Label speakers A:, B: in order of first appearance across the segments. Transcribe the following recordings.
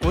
A: 国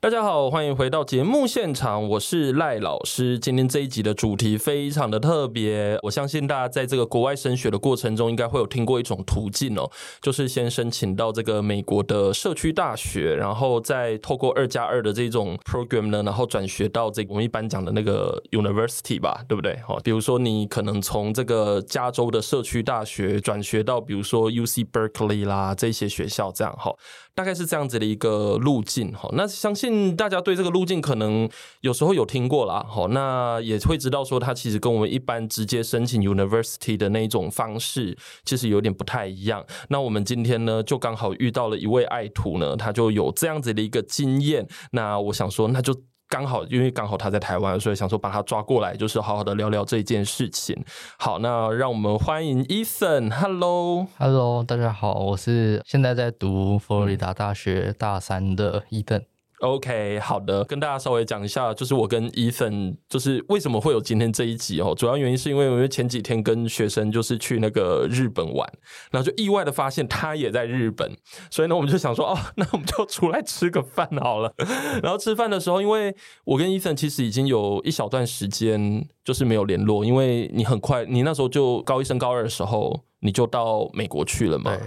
A: 大家好，欢迎回到节目现场，我是赖老师。今天这一集的主题非常的特别，我相信大家在这个国外升学的过程中，应该会有听过一种途径哦，就是先申请到这个美国的社区大学，然后再透过二加二的这种 program 呢，然后转学到这个我们一般讲的那个 university 吧，对不对？哦，比如说你可能从这个加州的社区大学转学到，比如说 UC Berkeley 啦这些学校这样哈、哦，大概是这样子的一个路径哈、哦。那相信大家对这个路径可能有时候有听过啦，好、哦，那也会知道说它其实跟我们一般直接申请 university 的那一种方式其实有点不太一样。那我们今天呢，就刚好遇到了一位爱徒呢，他就有这样子的一个经验。那我想说，那就。刚好，因为刚好他在台湾，所以想说把他抓过来，就是好好的聊聊这件事情。好，那让我们欢迎 Ethan。Hello，
B: Hello，大家好，我是现在在读佛罗里达大学大三的伊登。
A: OK，好的，跟大家稍微讲一下，就是我跟 Ethan，就是为什么会有今天这一集哦。主要原因是因为因为前几天跟学生就是去那个日本玩，然后就意外的发现他也在日本，所以呢，我们就想说，哦，那我们就出来吃个饭好了。然后吃饭的时候，因为我跟 Ethan 其实已经有一小段时间就是没有联络，因为你很快，你那时候就高一升高二的时候。你就到美国去了嘛？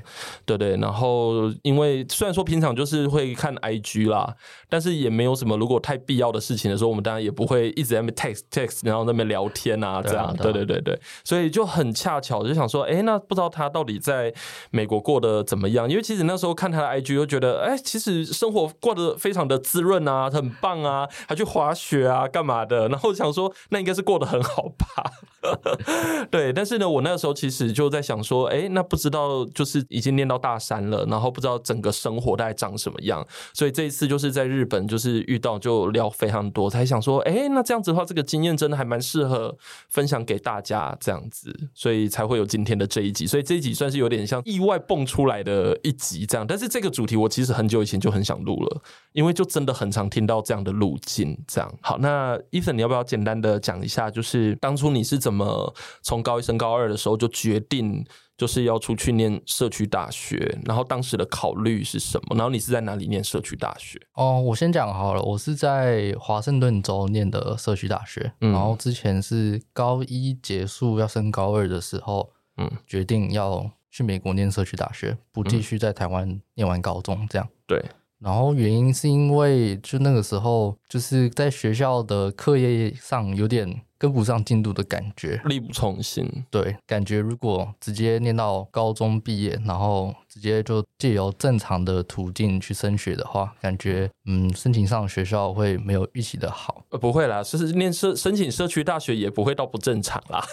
A: 对对，然后因为虽然说平常就是会看 IG 啦，但是也没有什么如果太必要的事情的时候，我们当然也不会一直在那边 text text，然后在那边聊天啊，
B: 对啊
A: 这样。
B: 对
A: 对对
B: 啊
A: 对对，所以就很恰巧就想说，哎，那不知道他到底在美国过得怎么样？因为其实那时候看他的 IG，就觉得，哎，其实生活过得非常的滋润啊，很棒啊，还去滑雪啊，干嘛的？然后想说，那应该是过得很好吧。 对，但是呢，我那时候其实就在想说，哎，那不知道就是已经念到大三了，然后不知道整个生活大概长什么样，所以这一次就是在日本就是遇到就聊非常多，才想说，哎，那这样子的话，这个经验真的还蛮适合分享给大家这样子，所以才会有今天的这一集，所以这一集算是有点像意外蹦出来的一集这样，但是这个主题我其实很久以前就很想录了，因为就真的很常听到这样的路径，这样。好，那 Ethan，你要不要简单的讲一下，就是当初你是怎么从高一升高二的时候就决定就是要出去念社区大学，然后当时的考虑是什么？然后你是在哪里念社区大学？
B: 哦，我先讲好了，我是在华盛顿州念的社区大学，
A: 嗯
B: 然后之前是高一结束要升高二的时候，
A: 嗯
B: 嗯，决定要去美国念社区大学，不继续在台湾念完高中这样。
A: 对，
B: 然后原因是因为就那个时候就是在学校的课业上有点跟不上进度的感觉，
A: 力不从心。
B: 对，感觉如果直接念到高中毕业，然后直接就借由正常的途径去升学的话，感觉嗯，申请上的学校会没有预期的好。
A: 呃，不会啦，就是念社申请社区大学也不会到不正常啦。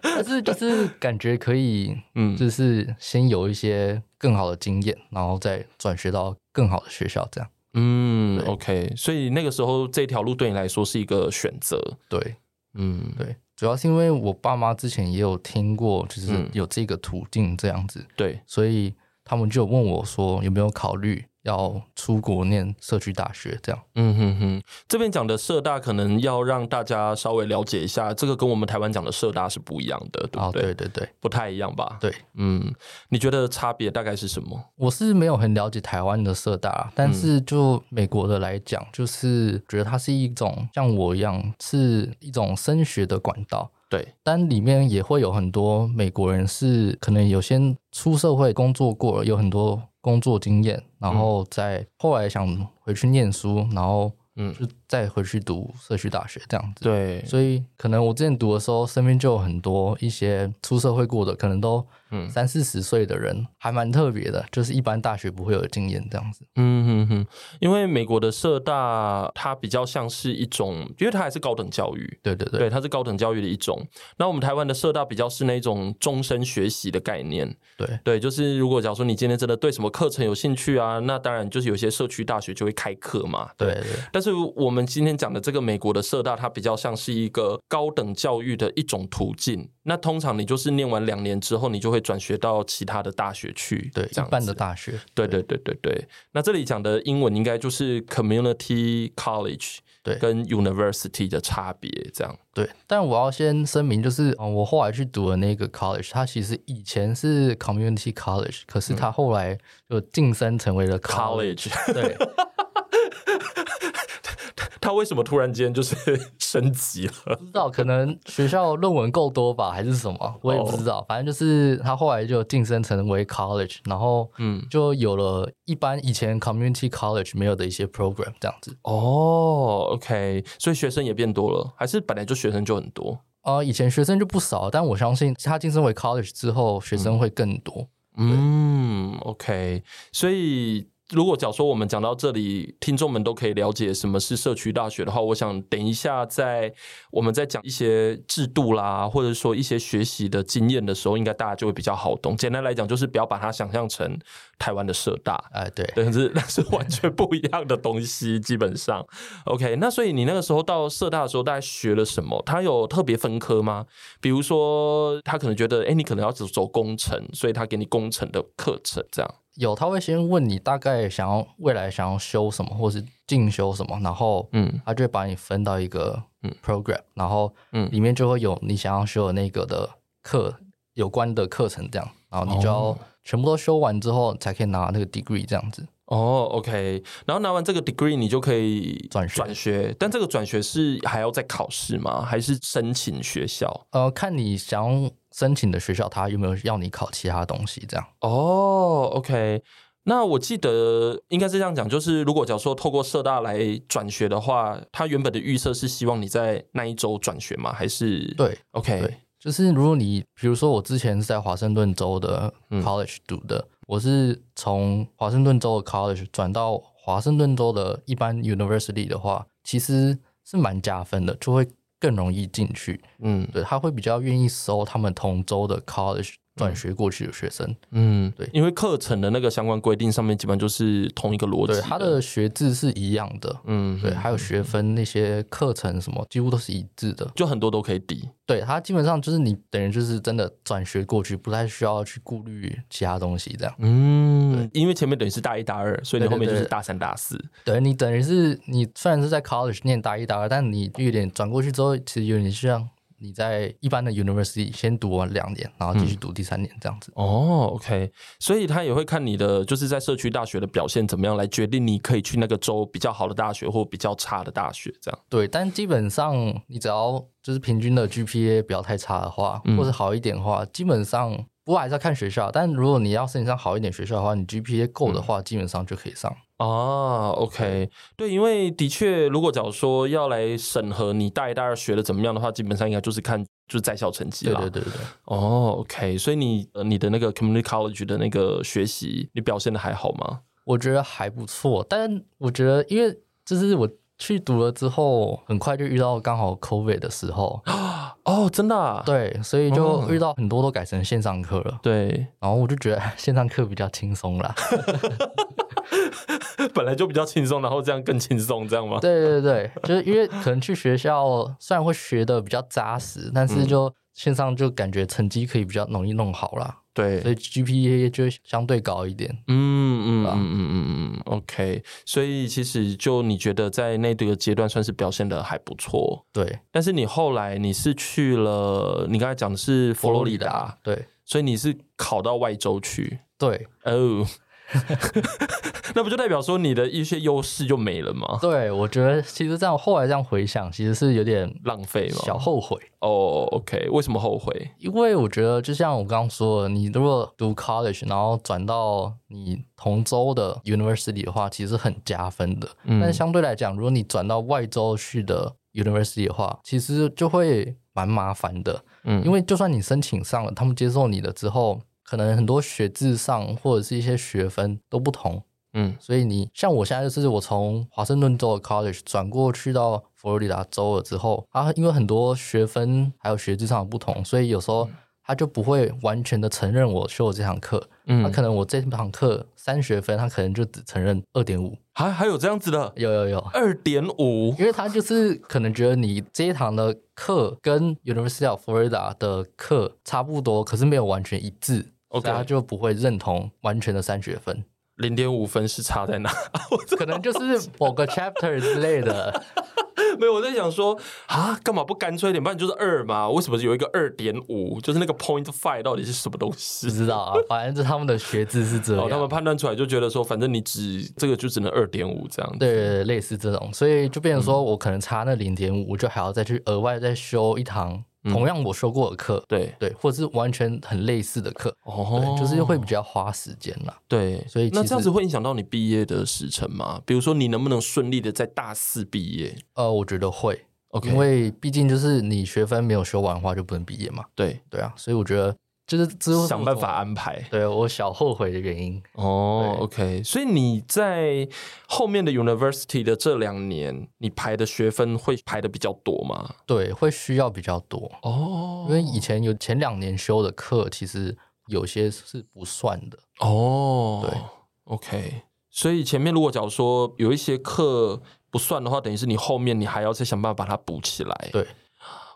B: 但是就是感觉可以，
A: 嗯，
B: 就是先有一些更好的经验，然后再转学到更好的学校，这样。
A: 嗯
B: 对
A: ，OK，所以那个时候这条路对你来说是一个选择。
B: 对
A: 嗯，
B: 对，主要是因为我爸妈之前也有听过，就是
A: 嗯
B: 有这个途径这样子，
A: 对，
B: 所以他们就有问我说有没有考虑要出国念社区大学这样。
A: 嗯哼哼，这边讲的社大可能要让大家稍微了解一下，这个跟我们台湾讲的社大是不一样的，对
B: 哦，
A: 不对？
B: 对对对
A: 不太一样吧？
B: 对，
A: 嗯，你觉得差别大概是什么？
B: 我是没有很了解台湾的社大啦，
A: 嗯
B: 但是就美国的来讲，就是觉得它是一种像我一样是一种升学的管道，
A: 对，
B: 但里面也会有很多美国人是可能有些出社会工作过了，有很多工作经验，然后再后来想回去念书，然后
A: 嗯
B: 就再回去读社区大学这样子。
A: 对，
B: 所以可能我之前读的时候，身边就有很多一些出社会过的，可能都
A: 嗯
B: 三四十岁的人，还蛮特别的，就是一般大学不会有的经验这样子。
A: 嗯哼哼，因为美国的社大它比较像是一种，因为它还是高等教育，
B: 对对对，
A: 对，它是高等教育的一种。那我们台湾的社大比较是那种终身学习的概念，
B: 对
A: 对，就是如果假如说你今天真的对什么课程有兴趣啊，那当然就是有些社区大学就会开课嘛，
B: 对对
A: 但是我们今天讲的这个美国的社大，它比较像是一个高等教育的一种途径。那通常你就是念完两年之后，你就会转学到其他的大学去，
B: 对，
A: 这样
B: 一般的
A: 子
B: 大学，
A: 对对对对对。那这里讲的英文应该就是 community college，
B: 对
A: 跟 university 的差别这样。
B: 对，但我要先声明，就是、嗯、我后来去读的那个 college，它其实以前是 community college，可是它后来就晋升成为了 college。
A: 嗯 College，
B: 对，
A: 他为什么突然间就是 升级了？
B: 不知道可能学校论文够多吧，还是什么，我也不知
A: 哦
B: 道。反正就是他后来就晋升成为 college，然后
A: 嗯，
B: 就有了一般以前 community college 没有的一些 program 这样子。
A: 哦，OK，所以学生也变多了，还是本来就学生就很多？
B: 呃，以前学生就不少，但我相信他晋升为 college 之后，学生会更多。
A: 嗯，OK，所以。如果假如说我们讲到这里，听众们都可以了解什么是社区大学的话，我想等一下在我们在讲一些制度啦，或者说一些学习的经验的时候，应该大家就会比较好懂。简单来讲，就是不要把它想象成台湾的社大，
B: 哎、对，
A: 对，是 那是完全不一样的东西，基本上。OK，那所以你那个时候到社大的时候，大概学了什么？他有特别分科吗？比如说，他可能觉得，哎，你可能要走走工程，所以他给你工程的课程这样。
B: 有他会先问你大概想要未来想要修什么，或是进修什么，然后
A: 嗯
B: 他就会把你分到一个
A: 嗯
B: program，、然后
A: 嗯
B: 里面就会有你想要修的那个的课有关的课程，这样，然后你就要
A: 哦
B: 全部都修完之后才可以拿那个 degree 这样子。
A: 哦，OK，然后拿完这个 degree，你就可以
B: 转学
A: 转学，但这个转学是还要再考试吗？还是申请学校？
B: 呃，看你想要申请的学校，他有没有要你考其他东西这样。
A: 哦，OK。那我记得应该是这样讲，就是如果假如说透过社大来转学的话，他原本的预设是希望你在那一周转学吗？还是
B: 对，
A: OK
B: 对就是如果你比如说我之前是在华盛顿州的
A: 嗯
B: college 读的，我是从华盛顿州的 college 转到华盛顿州的一般 university 的话，其实是蛮加分的，就会更容易进去。
A: 嗯
B: 对，他会比较愿意收他们同州的 college 转学过去的学生。
A: 嗯
B: 对
A: 因为课程的那个相关规定上面基本上就是同一个逻辑
B: 对，他的学制是一样的。
A: 嗯
B: 对，啊还有学分那些课程什么，几乎都是一致的。
A: 就很多都可以抵
B: 对，他基本上就是你等于就是真的转学过去，不太需要去顾虑其他东西这样。
A: 嗯，因为前面等于是大一大二，所以你
B: 对对
A: 后面就是
B: 对
A: 大三大四
B: 对你等于是你虽然是在 college 念大一大二，但你有点转过去之后，其实有点像你在一般的 university 先读完两年，然后
A: 嗯
B: 继续读第三年这样子。
A: 哦，OK，所以他也会看你的就是在社区大学的表现怎么样，来决定你可以去那个州比较好的大学或比较差的大学这样。
B: 对，但基本上你只要就是平均的 GPA 不要太差的话，
A: 嗯
B: 或者好一点的话，基本上不过还是要看学校。但如果你要申请上好一点学校的话，你 GPA 够
A: 嗯
B: 的话，基本上就可以上。
A: 啊，OK，对，因为的确，如果假如说要来审核你大一、大二学的怎么样的话，基本上应该就是看就是在校成绩
B: 对
A: 啦。
B: 对对对。
A: 哦，OK，所以你呃你的那个 community college 的那个学习，你表现的还好吗？
B: 我觉得还不错，但我觉得因为就是我去读了之后，很快就遇到刚好 COVID 的时候，
A: 哦，真的、啊，
B: 对，所以就遇到很多都改成线上课了，
A: 对，
B: 然后我就觉得线上课比较轻松啦。
A: 本来就比较轻松，然后这样更轻松，这样吗？
B: 对对对，就是因为可能去学校虽然会学的比较扎实，但是就线上就感觉成绩可以比较容易弄好啦，
A: 对
B: 所以 GPA 就相对高一点。
A: 嗯嗯嗯
B: 吧
A: 嗯嗯嗯，OK，所以其实就你觉得在那个阶段算是表现的还不错，
B: 对，
A: 但是你后来你是去了，你刚才讲的是佛罗里达，，
B: 对
A: 所以你是考到外州去
B: 对
A: 哦， 那不就代表说你的一些优势就没了吗？
B: 对，我觉得其实这样后来这样回想，其实是有点
A: 浪费吗？
B: 小后悔。
A: 哦、o k 为什么后悔？
B: 因为我觉得，就像我刚刚说的，你如果读 college，然后转到你同州的 university 的话，其实很加分的。
A: 嗯
B: 但相对来讲，如果你转到外州去的 university 的话，其实就会蛮麻烦的。
A: 嗯
B: 因为就算你申请上了，他们接受你了之后，可能很多学制上或者是一些学分都不同，
A: 嗯
B: 所以你像我现在就是我从华盛顿州的 college 转过去到佛罗里达州了之后，啊，因为很多学分还有学制上的不同，所以有时候他就不会完全的承认我修的这堂课。
A: 嗯，
B: 他可能我这堂课三学分，他可能就只承认二点五。
A: 还还有这样子的
B: 有有有，
A: 二点五
B: 因为他就是可能觉得你这一堂的课跟 University of Florida 的课差不多，可是没有完全一致。
A: OK
B: 所以他就不会认同完全的三学分，
A: 零点五分是差在哪？
B: 可能就是某个 chapter 之类的。
A: 没有，我在想说啊，干嘛不干脆一点？不然就是二嘛，为什么有一个二点五？就是那个 point five 到底是什么东西
B: 不？知道啊，反正就他们的学制是这
A: 然后哦他们
B: 样，
A: 判断出来就觉得说，反正你只这个就只能二点五这样。，
B: 对对，对类似这种，所以就变成
A: 嗯
B: 说我可能差那零点五，我就还要再去额外再修一堂同样我修过的课，
A: 嗯对，
B: 对，或者是完全很类似的课，
A: 哦
B: 对，，就是会比较花时间啦。
A: 对，
B: 所以
A: 那
B: 其
A: 这样
B: 实
A: 子会影响到你毕业的时程吗？比如说，你能不能顺利的在大四毕业
B: 呃，我觉得会，
A: ？OK，
B: 因为毕竟就是你学分没有修完的话就不能毕业嘛，
A: 对，
B: 对啊，所以我觉得就是之后
A: 想办法。安排。
B: 对我小后悔的原因，
A: 哦
B: 对
A: ，OK，所以你在后面的 University 的这两年，你排的学分会排的比较多吗？
B: 对，会需要比较多，
A: 哦
B: 因为以前有前两年修的课，其实有些是不算的，
A: 哦，
B: 对
A: ，OK，所以前面如果假如说有一些课不算的话，等于是你后面你还要再想办法把它补起来。
B: 对，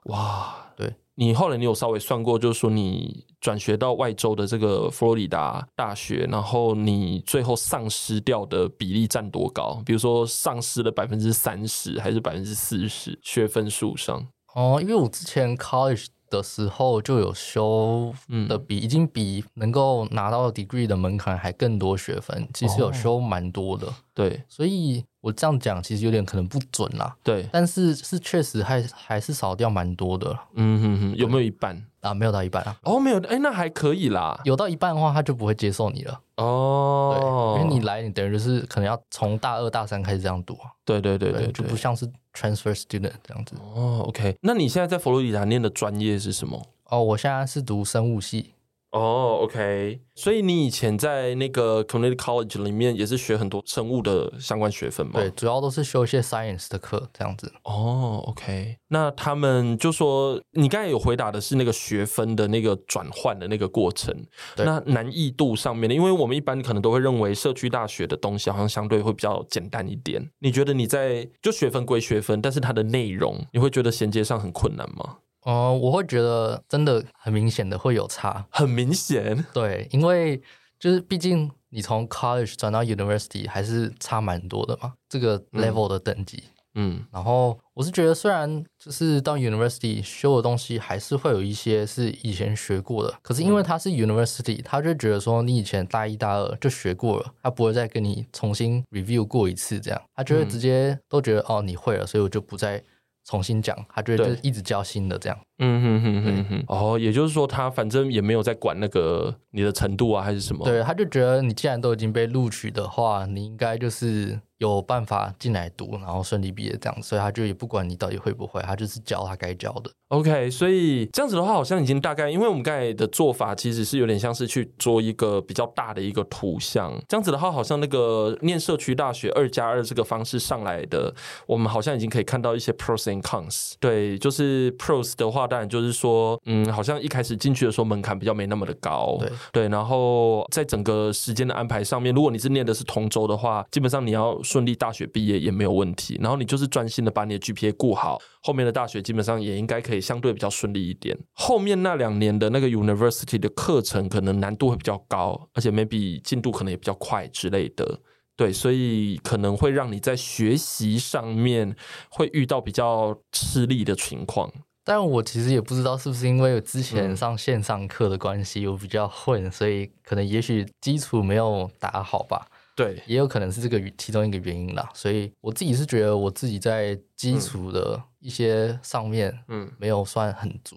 A: 哇，
B: 对。
A: 你后来你有稍微算过，就是说你转学到外州的这个佛罗里达大学，然后你最后丧失掉的比例占多高？比如说丧失了百分之三十还是百分之四十学分数上？
B: 哦，因为我之前 college 的时候就有修
A: 嗯
B: 的比、已经比能够拿到 degree 的门槛还更多学分，其实
A: 哦
B: 有修蛮多的，
A: 对
B: 所以我这样讲其实有点可能不准啦，
A: 对，
B: 但是是确实还还是少掉蛮多的啦
A: 嗯哼哼，有没有一半？
B: 啊，没有到一半啊，
A: 哦，没有，哎，那还可以啦。
B: 有到一半的话他就不会接受你了，对，
A: 哦，
B: 因为你来你等于就是可能要从大二大三开始这样读啊，
A: 对对对对，
B: 就
A: 对
B: 不像是 transfer student 这样子。
A: 哦，OK，那你现在在佛罗里达念的专业是什么？
B: 哦，我现在是读生物系，
A: 哦，OK，所以你以前在那个 community college 里面也是学很多生物的相关学分吗？
B: 对，。主要都是修一些 science 的课这样子。
A: 哦，OK，那他们就说你刚才有回答的是那个学分的那个转换的那个过程，
B: 对
A: 那难易度上面的，因为我们一般可能都会认为社区大学的东西好像相对会比较简单一点。你觉得你在就学分归学分，但是它的内容你会觉得衔接上很困难吗？
B: 嗯，我会觉得真的很明显的会有差，
A: 很明显，
B: 对，因为就是毕竟你从 college 转到 university 还是差蛮多的嘛，这个 level 的等级。
A: 嗯。
B: 然后我是觉得，虽然就是到 university 修的东西还是会有一些是以前学过的，可是因为它是 university，他就觉得说你以前大一大二就学过了，他不会再跟你重新 review 过一次，这样他就会直接都觉得、哦你会了，所以我就不再重新讲，他就会
A: 对
B: 就一直教新的这样。
A: 嗯哼哼哼哼，哦，也就是说，他反正也没有在管那个你的程度啊，还是什么。，
B: 对，他就觉得你既然都已经被录取的话，你应该就是有办法进来读，然后顺利毕业这样，所以他就也不管你到底会不会，他就是教他该教的。
A: OK，所以这样子的话，好像已经大概，因为我们刚才的做法其实是有点像是去做一个比较大的一个图像。这样子的话，好像那个念社区大学二加二这个方式上来的，我们好像已经可以看到一些 pros and cons。对，就是 pros 的话，当然就是说，嗯，好像一开始进去的时候门槛比较没那么的高。
B: 对
A: 对，然后在整个时间的安排上面，如果你是念的是同州的话，基本上你要顺利大学毕业也没有问题。然后你就是专心的把你的 GPA 顾好，后面的大学基本上也应该可以相对比较顺利一点。后面那两年的那个 University 的课程可能难度会比较高，而且 maybe 进度可能也比较快之类的。对，所以可能会让你在学习上面会遇到比较吃力的情况。
B: 但我其实也不知道是不是因为之
A: 嗯
B: 前上线上课的关系，我比较混，所以可能也许基础没有打好吧，
A: 对，
B: 也有可能是这个其中一个原因啦。所以我自己是觉得我自己在基础的一些上面
A: 嗯
B: 没有算很足，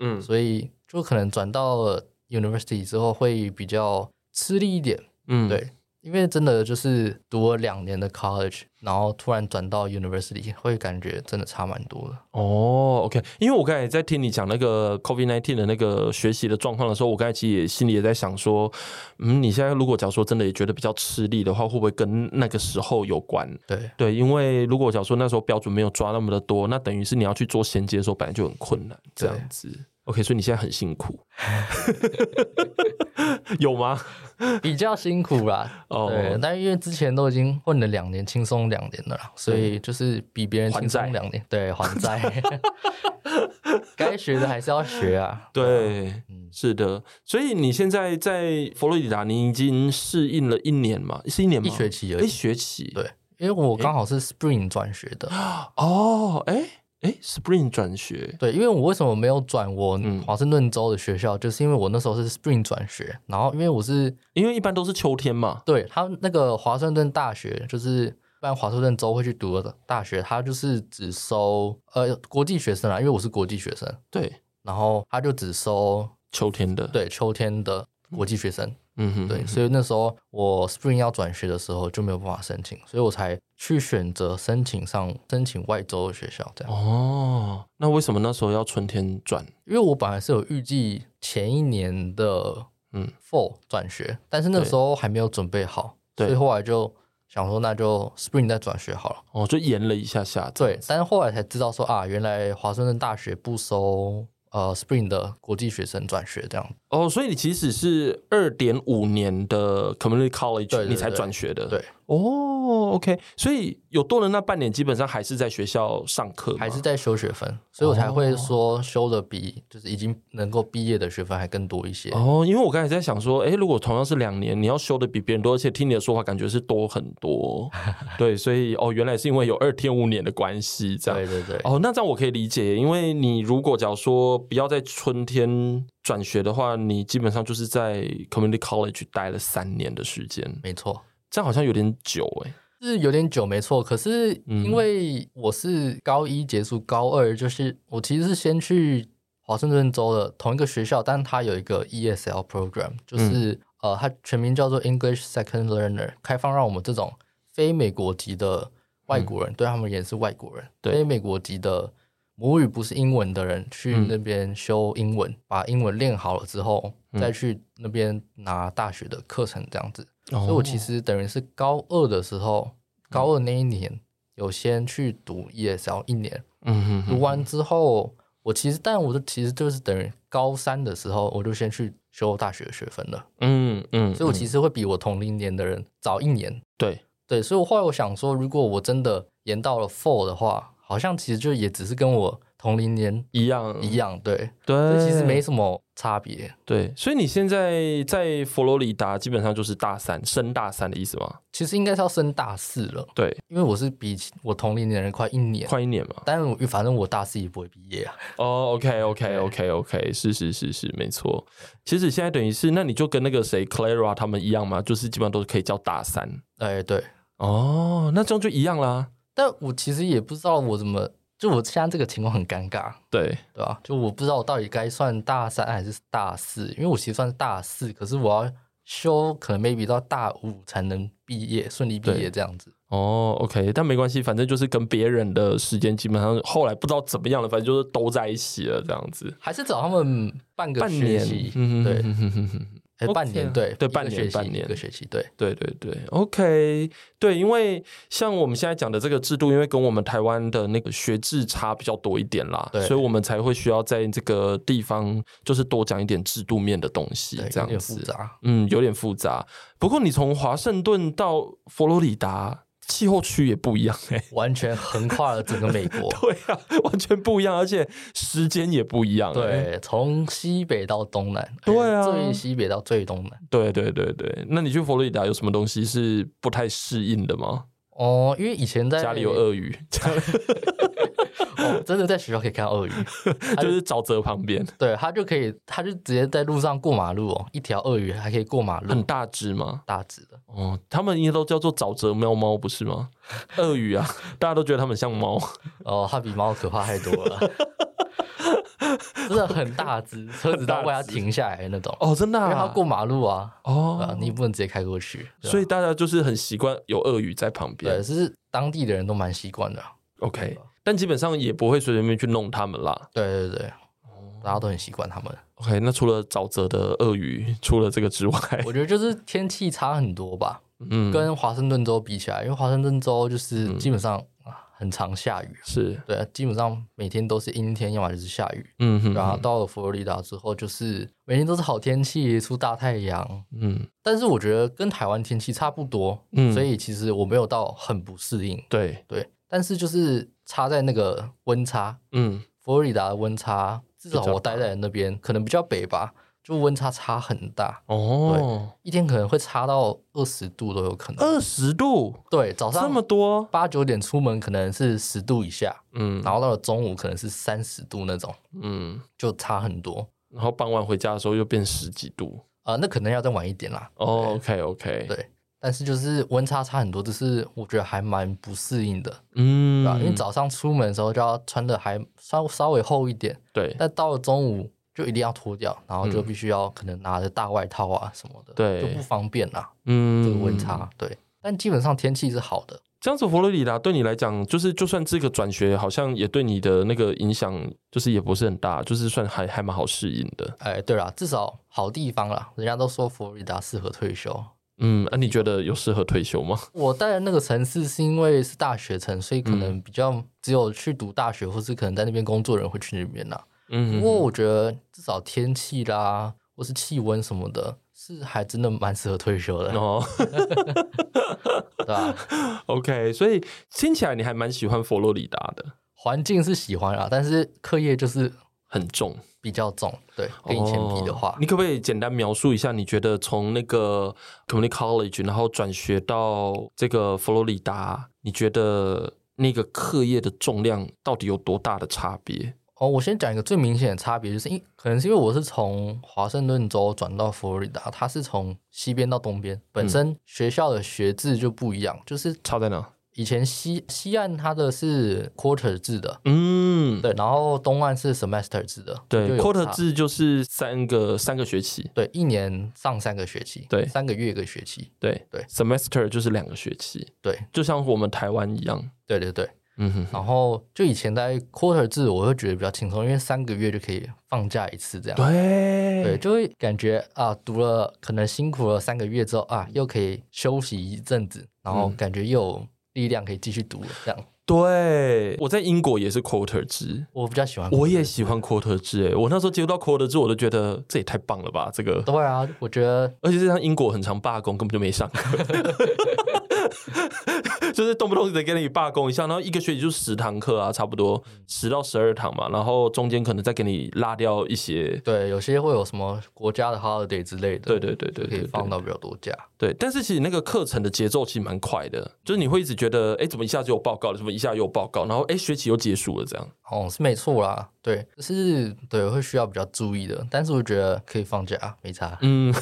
A: 嗯
B: 所以就可能转到了 university 之后会比较吃力一点。
A: 嗯，
B: 对，因为真的就是读了两年的 college，然后突然转到 university，会感觉真的差蛮多的。
A: 哦，OK，因为我刚才在听你讲那个 COVID nineteen 的那个学习的状况的时候，我刚才其实也心里也在想说，嗯，你现在如果假如说真的也觉得比较吃力的话，会不会跟那个时候有关？
B: 对。
A: 对，因为如果假如说那时候标准没有抓那么的多，那等于是你要去做衔接的时候，本来就很困难，这
B: 对
A: 样子。OK，所以你现在很辛 苦，有吗？
B: 比较辛苦啦。
A: 哦
B: 对，但因为之前都已经混了两年，轻松两年了啦，所以就是比别人轻
A: 还债
B: 松两年。对，还 债，该学的还是要学啊。
A: 对，
B: 嗯
A: 是的。所以你现在在佛罗里达，你已经适应了一年嘛？是一年吗？
B: 一学期而
A: 一
B: 已。
A: 学期。
B: 对，因因为我刚好是 Spring 转学的，
A: 啊哦，哎哎，Spring 转学，
B: 对，因为我为什么没有转我
A: 嗯
B: 华盛顿州的学校，就是因为我那时候是 Spring 转学，然后因为我是
A: 因为一般都是秋天嘛，
B: 对他那个华盛顿大学，就是一般华盛顿州会去读的大学，他就是只收呃国际学生啦，因为我是国际学生，
A: 对，
B: 然后他就只收
A: 秋天的，，
B: 对秋天的国际学生，
A: 嗯哼，
B: 对，所以那时候我 Spring 要转学的时候就没有办法申请，所以我才去选择申请上申请外州的学校这样，
A: 哦，那为什么那时候要春天转？
B: 因为我本来是有预计前一年的
A: 嗯
B: Fall 转学，但是那
A: 对
B: 时候还没有准备好，
A: 对
B: 所以后来就想说那就 Spring 再转学好了。
A: 哦，就延了一下下，
B: 对，但是后来才知道说啊，原来华盛顿大学不收呃 Spring 的国际学生转学这样。
A: 哦，所以你其实是二点五年的 community
B: 对
A: college，
B: 对
A: 你才
B: 对
A: 转学的，
B: 对，
A: 哦，OK，所以有多了那半年，基本上还是在学校上课吗，哦
B: 还是在修学分，所以我才会说修的比就是已经能够毕业的学分还更多一些。
A: 哦，因为我刚才在想说，诶，如果同样是两年，你要修的比别人多，而且听你的说法，感觉是多很 多，对，所以哦，原来是因为有二点五年的关系，这样
B: 对对对，
A: 哦，那这样我可以理解，因为你如果假如说不要在春天转学的话，你基本上就是在 community college 待了三年的时间，
B: 没错。
A: 这样好像有点久哎、
B: 是有点久，没错。可是
A: 嗯
B: 因为我是高一结束，高二就是我其实是先去华盛顿州的同一个学校，但它有一个 ESL program，就是、
A: 嗯
B: 呃，它全名叫做 English Second Learner，开放让我们这种非美国籍的外国人，对他们也是外国人，
A: 嗯对
B: 非美国籍的母语不是英文的人去
A: 嗯
B: 那边修英文，把英文练好了之后，
A: 嗯
B: 再去那边拿大学的课程这样子。
A: 哦，嗯
B: 所以我其实等于是高二的时候，高二那一年有先去读 ESL 一年，
A: 嗯哼
B: 读
A: 哼，
B: 完之后，我其实但我就其实就是等于高三的时候，我就先去修大学的学分了，
A: 嗯嗯，
B: 所以我
A: 嗯
B: 其实会比我同龄年的人早一年。
A: 对
B: 对，所以我后来我想说，如果我真的延到了 four 的话，好像其实就也只是跟我同龄年
A: 一样
B: 一，样，对，所
A: 对，
B: 以其实没什么差别。
A: 对，所以你现在在佛罗里达基本上就是大三升大三的意思吗？
B: 其实应该是要升大四了，
A: 对，
B: 因为我是比起我同龄年的人快一年。
A: 快一年嘛。
B: 但我反正我大四也不会毕业啊。
A: 哦、o k o k
B: 对
A: o k o k 是是是是，没错。其实现在等于是，那你就跟那个谁 Clara 他们一样嘛，就是基本上都可以叫大三。
B: 哎，对，
A: 哦、那这样就一样啦。
B: 但我其实也不知道我怎么，就我现在这个情况很尴尬，
A: 对，
B: 对吧、就我不知道我到底该算大三还是大四，因为我其实算是大四，可是我要修可能 maybe 到大五才能毕业，顺利毕
A: 对
B: 业这样子。
A: 哦、o k 但没关系，反正就是跟别人的时间基本上后来不知道怎么样了，反正就是都在一起了这样子。
B: 还是找他们半个
A: 半
B: 学
A: 年
B: 期，，
A: 嗯
B: 对，
A: 哼哼哼哼
B: 哎
A: OK 啊
B: 半年，对，
A: 对
B: 一个
A: 半年
B: 学期
A: 半年
B: 一个学期，对，
A: 对对对，OK，对，因为像我们现在讲的这个制度，因为跟我们台湾的那个学制差比较多一点啦，
B: 对
A: 所以我们才会需要在这个地方就是多讲一点制度面的东西
B: 对，，
A: 这
B: 有
A: 样
B: 点复
A: 子，
B: 杂。
A: 嗯，有点复杂。不过你从华盛顿到佛罗里达，气候区也不一样 哎、，
B: 完全横跨了整个美国
A: 对啊，完全不一样，而且时间也不一样、欸。
B: 对，从西北到东南，哎
A: 对啊
B: 最西北到最东南。
A: 对对对对，那你去佛罗里达有什么东西是不太适应的吗？
B: 哦，因为以前在
A: 家里有鳄鱼，
B: 哦，真的在学校可以看 到鳄鱼，
A: 就是沼泽旁边。
B: 对，它就可以，它就直接在路上过马路哦，一条鳄鱼还可以过马
A: 很
B: 路，
A: 大只吗？
B: 大只的，
A: 哦，他们应该都叫做沼泽喵猫，不是吗？ 鳄鱼啊，大家都觉得它们像猫。
B: 哦，它比猫可怕太多 了，真的很大只，车子都为它停下来那种，
A: 哦，真的、
B: 因为它
A: 啊？
B: 过马路啊，啊
A: 哦，，
B: 你不能直接开过去，对啊
A: 所以大家就是很习惯有鳄鱼在旁
B: 对，
A: 边。
B: 是当地的人都蛮习惯的啊，
A: OK，但基本上也不会随随便便去弄它们啦。
B: 对对对。
A: 哦
B: 大家都很习惯他们，
A: OK，那除了沼泽的鳄鱼，除了这个之外，
B: 我觉得就是天气差很多吧，
A: 哎嗯，
B: 跟华盛顿州比起来，因为华盛顿州就是基本上啊很常下雨，
A: 是，
B: 对，基本上每天都是阴天，要么就是下雨。
A: 嗯哼，
B: 然后到了佛罗里达之后，就是每天都是好天气，出大太阳。
A: 嗯，
B: 但是我觉得跟台湾天气差不多，
A: 嗯
B: 所以其实我没有到很不适应。
A: 对，
B: 对，但是就是差在那个温差，
A: 嗯，
B: 佛罗里达的温差，至少
A: 比较
B: 我待在那边可能比较北吧，就温差差很大，
A: 哦，
B: 一天可能会差到二十度都有可能。
A: 二十度
B: 对，早
A: 这
B: 上
A: 么多，
B: 八九点出门可能是十度以下，
A: 嗯
B: 然后到了中午可能是三十度那种，
A: 嗯，
B: 就差很多。
A: 然后傍晚回家的时候又变十几度。
B: 呃，那可能要再晚一点啦。
A: 哦、o k OK，
B: 对，但是就是温差差很多，这是我觉得还蛮不适应的，
A: 嗯
B: 对啊吧、因为早上出门的时候就要穿的还稍稍微厚一点，
A: 对
B: 但到了中午就一定要脱掉，然后就必须要可能拿着大外套啊什么的，
A: 嗯对
B: 就不方便啦。这个
A: 嗯
B: 温差，对。但基本上天气是好的，
A: 这样子，佛罗里达对你来讲，就是就算这个转学，好像也对你的那个影响，就是也不是很大，就是算还还蛮好适应的。
B: 哎，对啦，至少好地方啦。人家都说佛罗里达适合退休，
A: 嗯，啊，你觉得有适合退休吗？
B: 我待的那个城市是因为是大学城，所以可
A: 嗯
B: 能比较只有去读大学，或是可能在那边工作的人会去那边啦。不
A: 嗯
B: 过我觉得至少天气啦，或是气温什么的，是还真的蛮适合退休的，
A: 哦
B: 对吧？
A: ，OK，所以听起来你还蛮喜欢佛罗里达的，
B: 环境是喜欢啦，但是课业就是
A: 很重。
B: 比较重，对，跟以前比的
A: 哦
B: 话，
A: 你可不可以简单描述一下？你觉得从那个 community college，然后转学到这个佛罗里达，你觉得那个课业的重量到底有多大的差别？
B: 哦，我先讲一个最明显的差别，就是因可能是因为我是从华盛顿州转到佛罗里达，它是从西边到东边，本身学校的学制就不一样，就是
A: 差在哪？
B: 以前西西岸它的是 quarter 制的，
A: 嗯，
B: 对，然后东岸是 semester 制的，就
A: 对
B: 有
A: ，quarter
B: 差。
A: 制就是三个三个学期，
B: 对，一年上三个学期，
A: 对
B: 三个月一个学期，
A: 对
B: 对
A: ，semester 就是两个学期，
B: 对，
A: 就像我们台湾一样。
B: 对对对。
A: 嗯哼，
B: 然后就以前在 quarter 制，我会觉得比较轻松，因为三个月就可以放假一次这样。对，
A: 对，
B: 就会感觉啊，读了可能辛苦了三个月之后啊，又可以休息一阵子，然后
A: 嗯
B: 感觉又有力量可以继续读了这样。
A: 对，我在英国也是 quarter 制，
B: 我比较喜欢。
A: 我也喜欢 quarter 制。哎，我那时候接触到 quarter 制，我都觉得这也太棒了吧，这个。
B: 对啊，我觉得
A: 而且这像英国很常罢工，根本就没上课， 就是动不动得给你罢工一下，然后一个学期就十堂课啊，差不多
B: 嗯
A: 十到十二堂嘛，然后中间可能再给你拉掉一些。
B: 对，有些会有什么国家的 holiday 之类的，
A: 对对对对
B: 就可
A: 对
B: 以
A: 对
B: 放到比较多假。
A: 对，但是其实那个课程的节奏其实蛮快的，就是你会一直觉得，哎，怎么一下就有报告了，怎么一下又有报告，然后哎，诶学期又结束了，这样。
B: 哦，是没错啦，对，就是对会需要比较注意的，但是我觉得可以放假，没差。
A: 嗯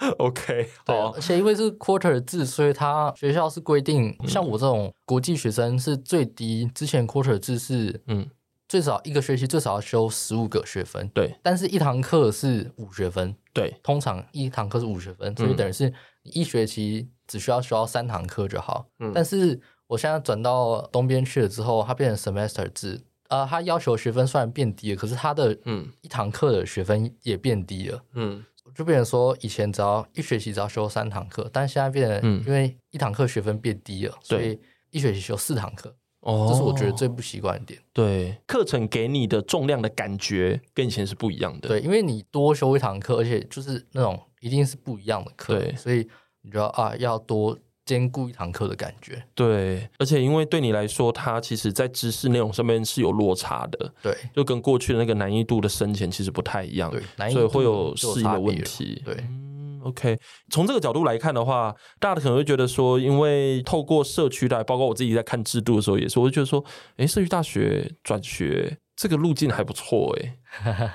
A: 哦，OK，
B: 对，
A: 好
B: 而，且因为是 quarter 制，所以它学校是规定，像
A: 嗯
B: 我这种国际学生是最低，之前 quarter 制是
A: 嗯，
B: 最少一个学期最少要修十五个学分，
A: 对
B: 但是一堂课是五学分，
A: 对，
B: 通常一堂课是五学分，所以
A: 嗯
B: 等于是你一学期只需要修到三堂课就好。
A: 嗯
B: 但是我现在转到东边去了之后，它变成 semester 制，呃，它要求学分虽然变低了，可是它的
A: 嗯
B: 一堂课的学分也变低了。
A: 嗯
B: 就变成说，以前只要一学期只要修三堂课，但现在变成，
A: 嗯
B: 因为一堂课学分变低了，所
A: 对
B: 以一学期修四堂课，
A: 哦
B: 这是我觉得最不习惯的点。
A: 对课程给你的重量的感觉跟以前是不一样的。
B: 对，因为你多修一堂课，而且就是那种一定是不一样的课
A: 对，
B: 所以你就要啊要多兼顾一堂课的感觉。
A: 对，而且因为对你来说，它其实在知识内容上面是有落差的，
B: 对
A: 就跟过去的那个难易度的深浅其实不太一样。
B: 对，难易
A: 所以
B: 度
A: 会有
B: 就
A: 适应
B: 差
A: 的
B: 别
A: 问
B: 了
A: 题。
B: 对
A: 嗯，OK，从这个角度来看的话，大家可能会觉得说，因为透过社区来，包括我自己在看制度的时候也是，我就觉得说，诶，社区大学转学这个路径还不错， 诶，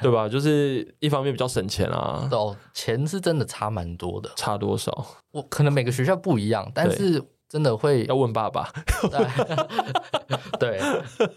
A: 对吧？就是一方面比较省钱啊，
B: 哦，钱是真的差蛮多的。
A: 差多少？
B: 我可能每个学校不一样，但
A: 对
B: 是真的会
A: 要问爸爸。
B: 对，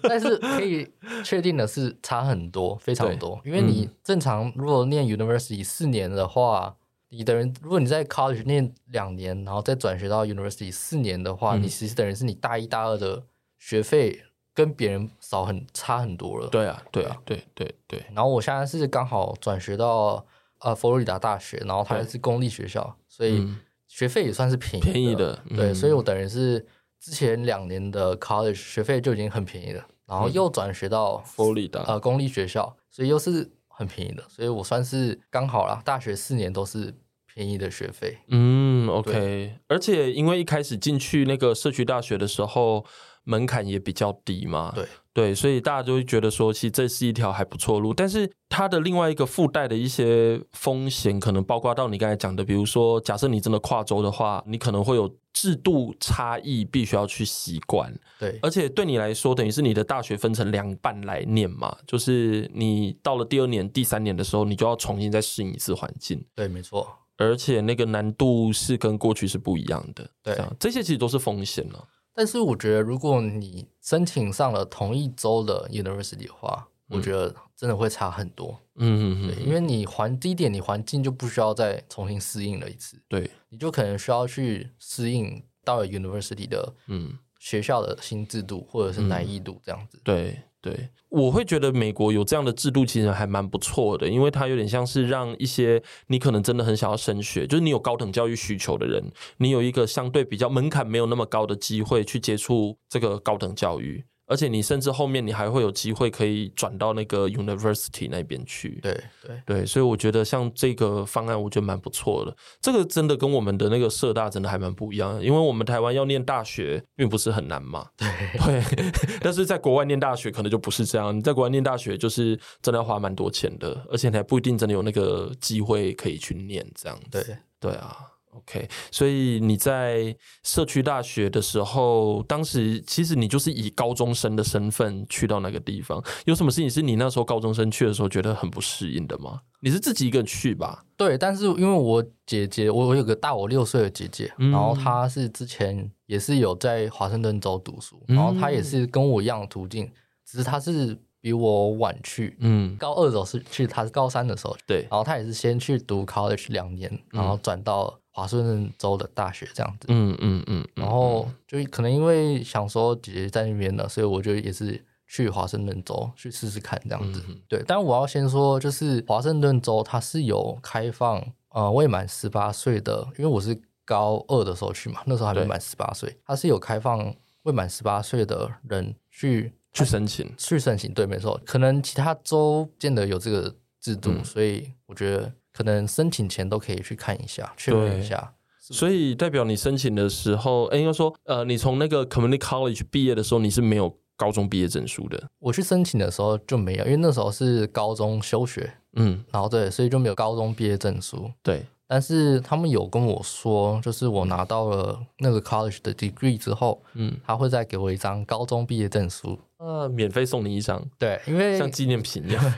B: 但是可以确定的是差很多，非常
A: 对嗯
B: 多。因为你正常如果念 university 四年的话，你等于如果你在 college 念两年，然后再转学到 university 四年的话，
A: 嗯
B: 你其实等于是你大一大二的学费跟别人少很差很多 了。。
A: 对啊，对啊，对对对，
B: 然后我现在是刚好转学到呃佛罗里达大学，然后它
A: 对
B: 是公立学校，所以
A: 嗯
B: 学费也算是便宜
A: 便宜的
B: 对，
A: 嗯
B: 所以我等于是之前两年的 college 学费就已经很便宜了，然
A: 嗯
B: 后又转学到、
A: 佛罗里达
B: 呃公立学校，所以又是很便宜的，所以我算是刚好啦，大学四年都是便宜的学费。
A: 嗯，OK，而且因为一开始进去那个社区大学的时候，门槛也比较低嘛，
B: 对
A: 对，所以大家就会觉得说，其实这是一条还不错路，但是它的另外一个附带的一些风险，可能包括到你刚才讲的，比如说，假设你真的跨州的话，你可能会有制度差异，必须要去习惯。
B: 对，
A: 而且对你来说，等于是你的大学分成两半来念嘛，就是你到了第二年、第三年的时候，你就要重新再适应一次环境，
B: 对，没错，
A: 而且那个难度是跟过去是不一样的。
B: 对
A: 这样这些其实都是风险啊了、
B: 但是我觉得，如果你申请上了同一州的 university 的话，我觉得真的会差很多。
A: 嗯嗯
B: 对，
A: 嗯，
B: 因为你环第一点，你环境就不需要再重新适应了一次，
A: 对，
B: 你就可能需要去适应到了 university 的
A: 嗯。
B: 学校的新制度或者是难易度这样子。
A: 对对，我会觉得美国有这样的制度其实还蛮不错的，因为它有点像是让一些你可能真的很想要升学，就是你有高等教育需求的人，你有一个相对比较门槛没有那么高的机会去接触这个高等教育。而且你甚至后面你还会有机会可以转到那个 university 那边去，
B: 对对
A: 对，所以我觉得像这个方案，我觉得蛮不错的。这个真的跟我们的那个社大真的还蛮不一样的，因为我们台湾要念大学并不是很难嘛。对 但是在国外念大学可能就不是这样。你在国外念大学就是真的要花蛮多钱的，而且你还不一定真的有那个机会可以去念这样子。对
B: 对，
A: 啊。OK，所以你在社区大学的时候，当时其实你就是以高中生的身份去到那个地方。有什么事情是你那时候高中生去的时候觉得很不适应的吗？你是自己一个人去吧？
B: 对，但是因为我姐姐，我我有个大我六岁的姐姐，
A: 嗯
B: 然后她是之前也是有在华盛顿州读书，
A: 嗯
B: 然后她也是跟我一样的途径，只是她是比我晚去，
A: 嗯，
B: 高二的时候是去，她是高三的时候，
A: 对，
B: 然后她也是先去读 college 两年，然后转到华盛顿州的大学这样子，
A: 嗯嗯嗯，
B: 然后就可能因为想说姐姐在那边了，所以我就也是去华盛顿州去试试看这样子。
A: 嗯
B: 对，但我要先说，就是华盛顿州它是有开放呃未满十八岁的，因为我是高二的时候去嘛，那时候还没
A: 对
B: 满十八岁，它是有开放未满十八岁的人去
A: 去申请，
B: 去申请。对，没错，可能其他州不见得有这个制度，
A: 嗯
B: 所以我觉得可能申请前都可以去看一下，确认一
A: 对
B: 下。
A: 所以代表你申请的时候，哎，应该说，呃，你从那个 community college 毕业的时候，你是没有高中毕业证书的。
B: 我去申请的时候就没有，因为那时候是高中休学，
A: 嗯，
B: 然后对，所以就没有高中毕业证书。
A: 对，
B: 但是他们有跟我说，就是我拿到了那个 college 的 degree 之后，
A: 嗯，
B: 他会再给我一张高中毕业证书。
A: 呃，免费送你一张，
B: 对，因为
A: 像纪念品一 样，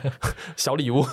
A: 小礼物。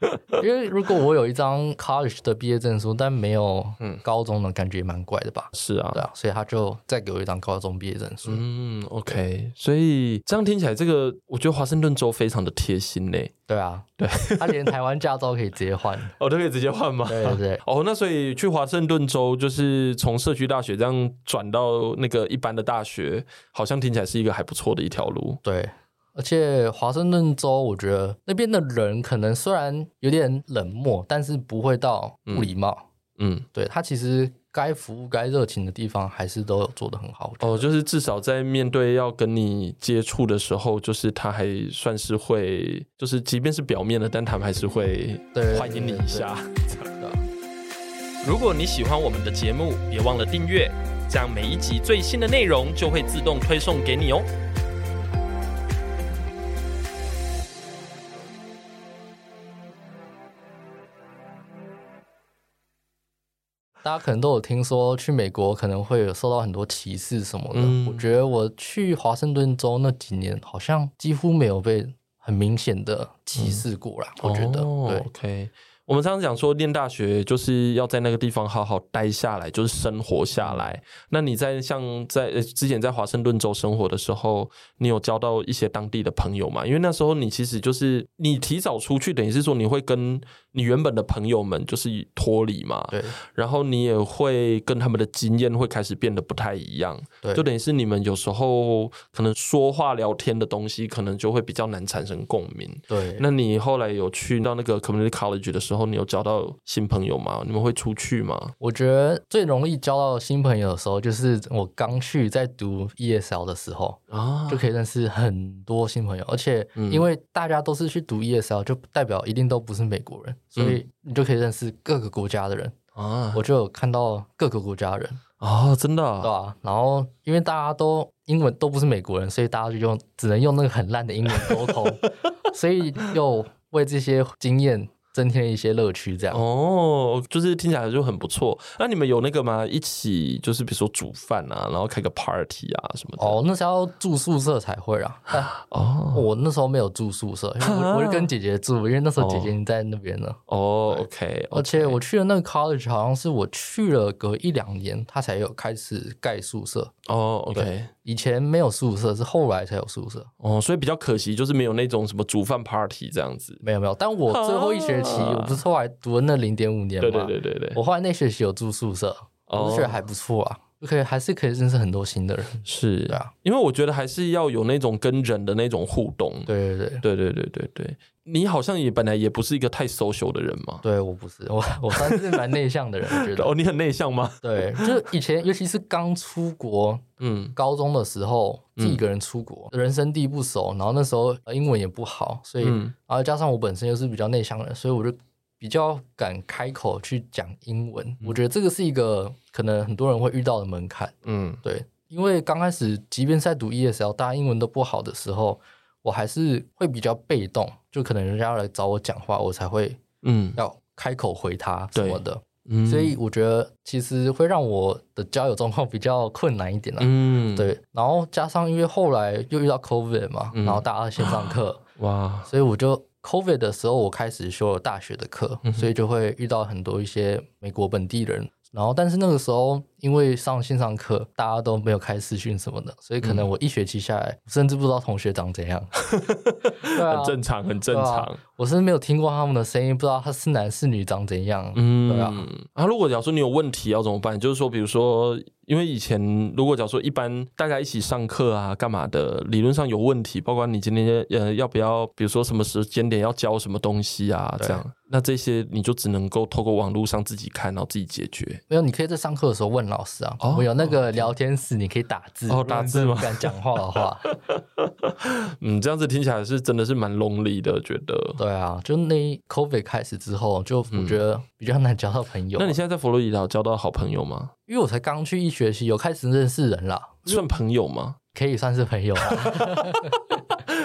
B: 因为如果我有一张 college 的毕业证书，但没有
A: 嗯
B: 高中的，感觉也蛮怪的吧？
A: 是啊
B: 对，啊，所以他就再给我一张高中毕业证书。
A: 嗯，OK，所以这样听起来，这个我觉得华盛顿州非常的贴心嘞。
B: 对啊，对，他连台湾驾照可以直接换。
A: 哦，都可以直接换吗？
B: 对对对
A: 哦，那所以去华盛顿州，就是从社区大学这样转到那个一般的大学，好像听起来是一个还不错的一条路。
B: 对，而且华盛顿州，我觉得那边的人可能虽然有点冷漠，但是不会到不礼貌。
A: 嗯，
B: 对他其实该服务、该热情的地方，还是都有做得很好。
A: 哦，就是至少在面对要跟你接触的时候，就是他还算是会，就是即便是表面的，但他们还是会
B: 对
A: 欢迎你一下。
B: 对啊
A: 如果你喜欢我们的节目，别忘了订阅，这样每一集最新的内容就会自动推送给你哦。
B: 大家可能都有听说，去美国可能会有受到很多歧视什么的。
A: 嗯
B: 我觉得我去华盛顿州那几年，好像几乎没有被很明显的歧视过啦。我觉得，
A: 哦
B: 对
A: OK，我们常常讲说，念大学就是要在那个地方好好待下来，就是生活下来。那你在像在呃之前在华盛顿州生活的时候，你有交到一些当地的朋友吗？因为那时候你其实就是你提早出去，等于是说你会跟你原本的朋友们就是脱离嘛，
B: 对
A: 然后你也会跟他们的经验会开始变得不太一样，
B: 对，
A: 就等于是你们有时候可能说话聊天的东西，可能就会比较难产生共鸣。
B: 对。
A: 那你后来有去到那个 community college 的时候，你有交到新朋友吗？你们会出去吗？
B: 我觉得最容易交到新朋友的时候，就是我刚去在读 ESL 的时候，
A: 啊
B: 就可以认识很多新朋友。而且
A: 嗯
B: 因为大家都是去读 ESL，就代表一定都不是美国
A: 嗯
B: 人，所以你就可以认识各个国家的人。
A: 啊，
B: 我就有看到各个国家的人，
A: 哦，真的
B: 对
A: 啊、
B: 吧、然后因为大家都英文都不是美国人，所以大家就用只能用那个很烂的英文沟 通，所以又为这些经验增添了一些乐趣。这样，
A: 哦，就是听起来就很不错。那你们有那个吗？一起就是比如说煮饭啊，然后开个 party 啊什么的。
B: 哦，那是要住宿舍才会啊。但
A: 哦
B: 我那时候没有住宿舍，因为我我是
A: 啊
B: 跟姐姐住，因为那时候姐姐已经在那边了。
A: 哦，OK，
B: 而且我去的那个 college 好像是我去了隔一两年，他才有开始盖宿舍。
A: 哦，OK，
B: 对以前没有宿舍，是后来才有宿舍。
A: 哦，所以比较可惜，就是没有那种什么煮饭 party 这样子。
B: 没有没有，但我最后一学期，
A: 啊
B: 我不是后来读了那零点五年
A: 对
B: 嘛，
A: 对对对对，
B: 我后来那学期有住宿舍，
A: 哦
B: 我就觉得还不错啊，就可以还是可以认识很多新的人。
A: 是
B: 对啊，
A: 因为我觉得还是要有那种跟人的那种互动。
B: 对对对，
A: 对对对对对，你好像也本来也不是一个太 social 的人嘛。
B: 对我不是我我算是蛮内向的人，我觉 得。
A: 哦，你很内向吗？
B: 对，就是以前，尤其是刚出国，
A: 嗯，
B: 高中的时候自己一个人出国，人生地不熟，然后那时候呃英文也不好，所以、
A: 嗯
B: 然后加上我本身又是比较内向的人，所以我就比较敢开口去讲英文。我觉得这个是一个可能很多人会遇到的门槛，
A: 嗯，
B: 对，因为刚开始即便是在读 ESL，大家英文都不好的时候，我还是会比较被动，就可能人家来找我讲话，我才会
A: 嗯
B: 要开口回他什么的，
A: 嗯，
B: 所以我觉得其实会让我的交友状况比较困难一点啦。
A: 嗯，
B: 对，然后加上因为后来又遇到 COVID 嘛，
A: 嗯
B: 然后大家线上 课，
A: 哇，
B: 所以我就 COVID 的时候我开始修了大学的课，
A: 嗯
B: 所以就会遇到很多一些美国本地人。然后，但是那个时候因为上线上课，大家都没有开视讯什么的，所以可
A: 嗯
B: 能我一学期下来，甚至不知道同学长 怎样。对啊
A: 很，正常，很正
B: 对啊
A: 常。
B: 我是没有听过他们的声音，不知道他是男是女长怎样。
A: 嗯，
B: 对啊
A: 啊，如果假如说你有问题要怎么办？就是说，比如说，因为以前如果假如说一般大家一起上课啊，干嘛的，理论上有问题，包括你今天呃要不要，比如说什么时间点要教什么东西啊，
B: 对
A: 这样，那这些你就只能够透过网络上自己看，然后自己解决。
B: 没有，你可以在上课的时候问老师啊。
A: 哦
B: 我有那个聊天室，你可以打字。
A: 哦
B: 如果
A: 打
B: 你
A: 字
B: 真的
A: 吗
B: 不敢讲话 的话，
A: 嗯，这样子听起来是真的是蛮 lonely 的，觉得。
B: 对啊，就那一 COVID 开始之后，就我觉得比较难交到朋友啊、
A: 嗯那你现在在佛罗里达有交到好朋友吗？
B: 因为我才刚去一学期，有开始认识人啦，
A: 算朋友吗？
B: 可以算是朋友啊啦，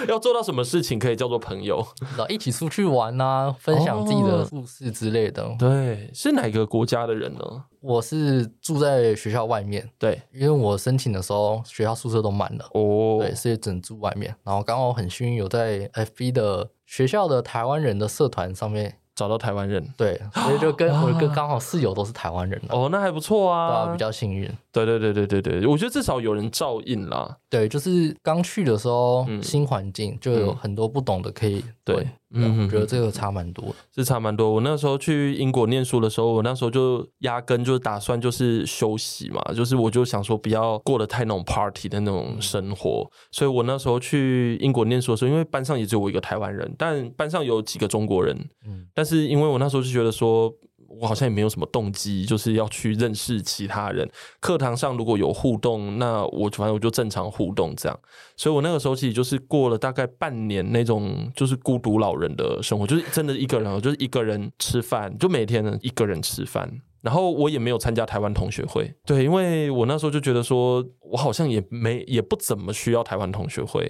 A: 要做到什么事情可以叫做朋友？
B: 然后一起出去玩啊，分享自己的故事之类的。
A: 哦对，是哪个国家的人呢？
B: 我是住在学校外面，
A: 对，
B: 因为我申请的时候学校宿舍都满了，
A: 哦，
B: 对，所以只能住外面。然后刚好很幸运有在 FB 的学校的台湾人的社团上面，
A: 找到台湾人。
B: 对，所以就 跟
A: 哇
B: 我跟刚好室友都是台湾人了，
A: 哦，那还不错
B: 对
A: 啊，
B: 啊，比较幸运。
A: 对对对对对对，我觉得至少有人照应啦。
B: 对，就是刚去的时候，
A: 嗯
B: 新环境就有很多不懂的可以
A: 对
B: 问
A: 嗯
B: 啊
A: 嗯
B: 我觉
A: 嗯
B: 得这个差蛮多的。
A: 是差蛮多。我那时候去英国念书的时候，我那时候就压根就打算就是休息嘛，就是我就想说不要过得太那种 party 的那种生活。所以我那时候去英国念书的时候，因为班上也只有我一个台湾人，但班上有几个中国人。
B: 嗯
A: 但是因为我那时候就觉得说，我好像也没有什么动机，就是要去认识其他人。课堂上如果有互动，那我反正我就正常互动这样。所以我那个时候其实就是过了大概半年那种就是孤独老人的生活，就是真的一个人，我就是一个人吃饭，就每天呢一个人吃饭。然后我也没有参加台湾同学会，对，因为我那时候就觉得说，我好像也没也不怎么需要台湾同学会，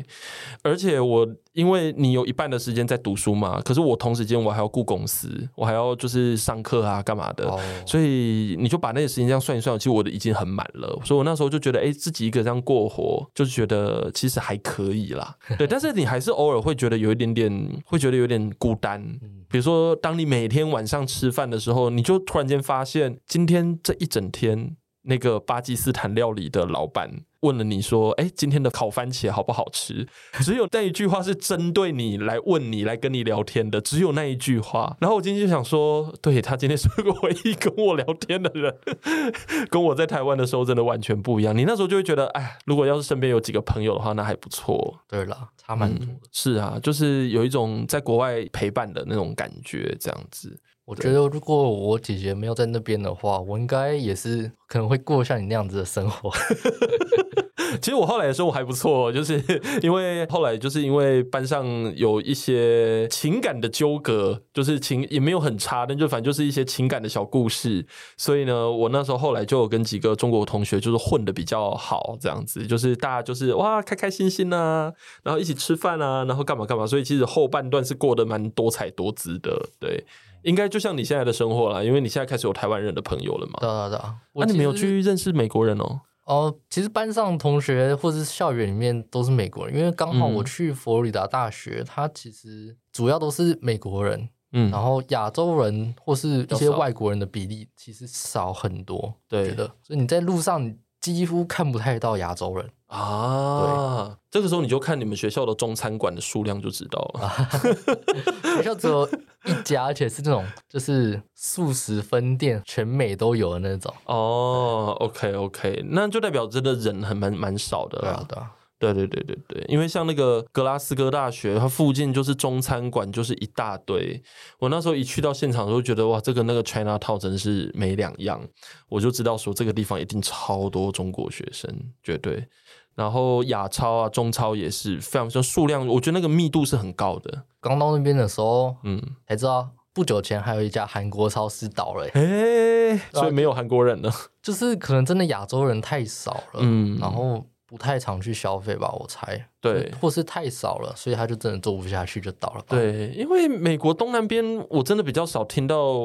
A: 而且我因为你有一半的时间在读书嘛，可是我同时间我还要顾公司，我还要就是上课啊干嘛的，
B: 哦，
A: 所以你就把那个时间这样算一算，其实我的已经很满了。所以我那时候就觉得，哎、自己一个这样过活，就是觉得其实还可以啦。对，但是你还是偶尔会觉得有一点点，会觉得有点孤单。比如说，当你每天晚上吃饭的时候，你就突然间发现，今天这一整天，那个巴基斯坦料理的老板。问了你说，哎，今天的烤番茄好不好吃？只有那一句话是针对你来问你来跟你聊天的，只有那一句话。然后我今天就想说，对他今天是个唯一跟我聊天的人， 跟我在台湾的时候真的完全不一样。你那时候就会觉得，哎，如果要是身边有几个朋友的话，那还不错。
B: 对了，差蛮多的。
A: 是啊，就是有一种在国外陪伴的那种感觉，这样子。
B: 我觉得如果我姐姐 没有在那边的话，我应该也是可能会过像你那样子的生活。
A: 其实我后来的时候还不错， 就是因为后来就是因为班上有一些情感的纠葛，就是情也没有很差，但就反正就是一些情感的小故事。所以呢，我那时候后来就有跟几个中国同学就是混的比较好，这样子就是大家就是哇开开心心啊，然后一起吃饭啊，然后干嘛干嘛。所以其实后半段是过得蛮多彩多姿的，对。应该就像你现在的生活啦，因为你现在开始有台湾人的朋友了嘛。
B: 对啊对啊，
A: 那、
B: 我
A: 你
B: 其
A: 没有
B: 实
A: 去认识美国人哦？
B: 哦，其实班上同学或者是校园里面都是美国人，因为刚好
A: 嗯
B: 我去佛罗里达大学，它其实主要都是美国人，
A: 嗯，
B: 然后亚洲人或是一
A: 较
B: 些
A: 少
B: 外国人的比例其实少很多，我
A: 对
B: 觉得，所以你在路上你几乎看不太到亚洲人。
A: 啊，这个时候你就看你们学校的中餐馆的数量就知道了。
B: 学校只有一家，而且是那种就是素食分店，全美都有的那种。
A: 哦，OK OK，那就代表真的人还蛮蛮少的
B: 对啊
A: 啦，。
B: 对啊，
A: 对对对对对，因为像那个格拉斯哥大学，它附近就是中餐馆，就是一大堆。我那时候一去到现场，就觉得哇，这个那个 China Town 真是没两样，我就知道说这个地方一定超多中国学生，绝对。然后亚超啊、中超也是非常，就数量，我觉得那个密度是很高的。
B: 刚到那边的时候
A: 嗯，
B: 才知道，不久前还有一家韩国超市倒了、欸
A: 哎、所以没有韩国人了。
B: 就是可能真的亚洲人太少了，
A: 嗯
B: 然后不太常去消费吧，我猜，
A: 对
B: 或是太少了，所以他就真的做不下去就倒了吧。，
A: 对，因为美国东南边，我真的比较少听到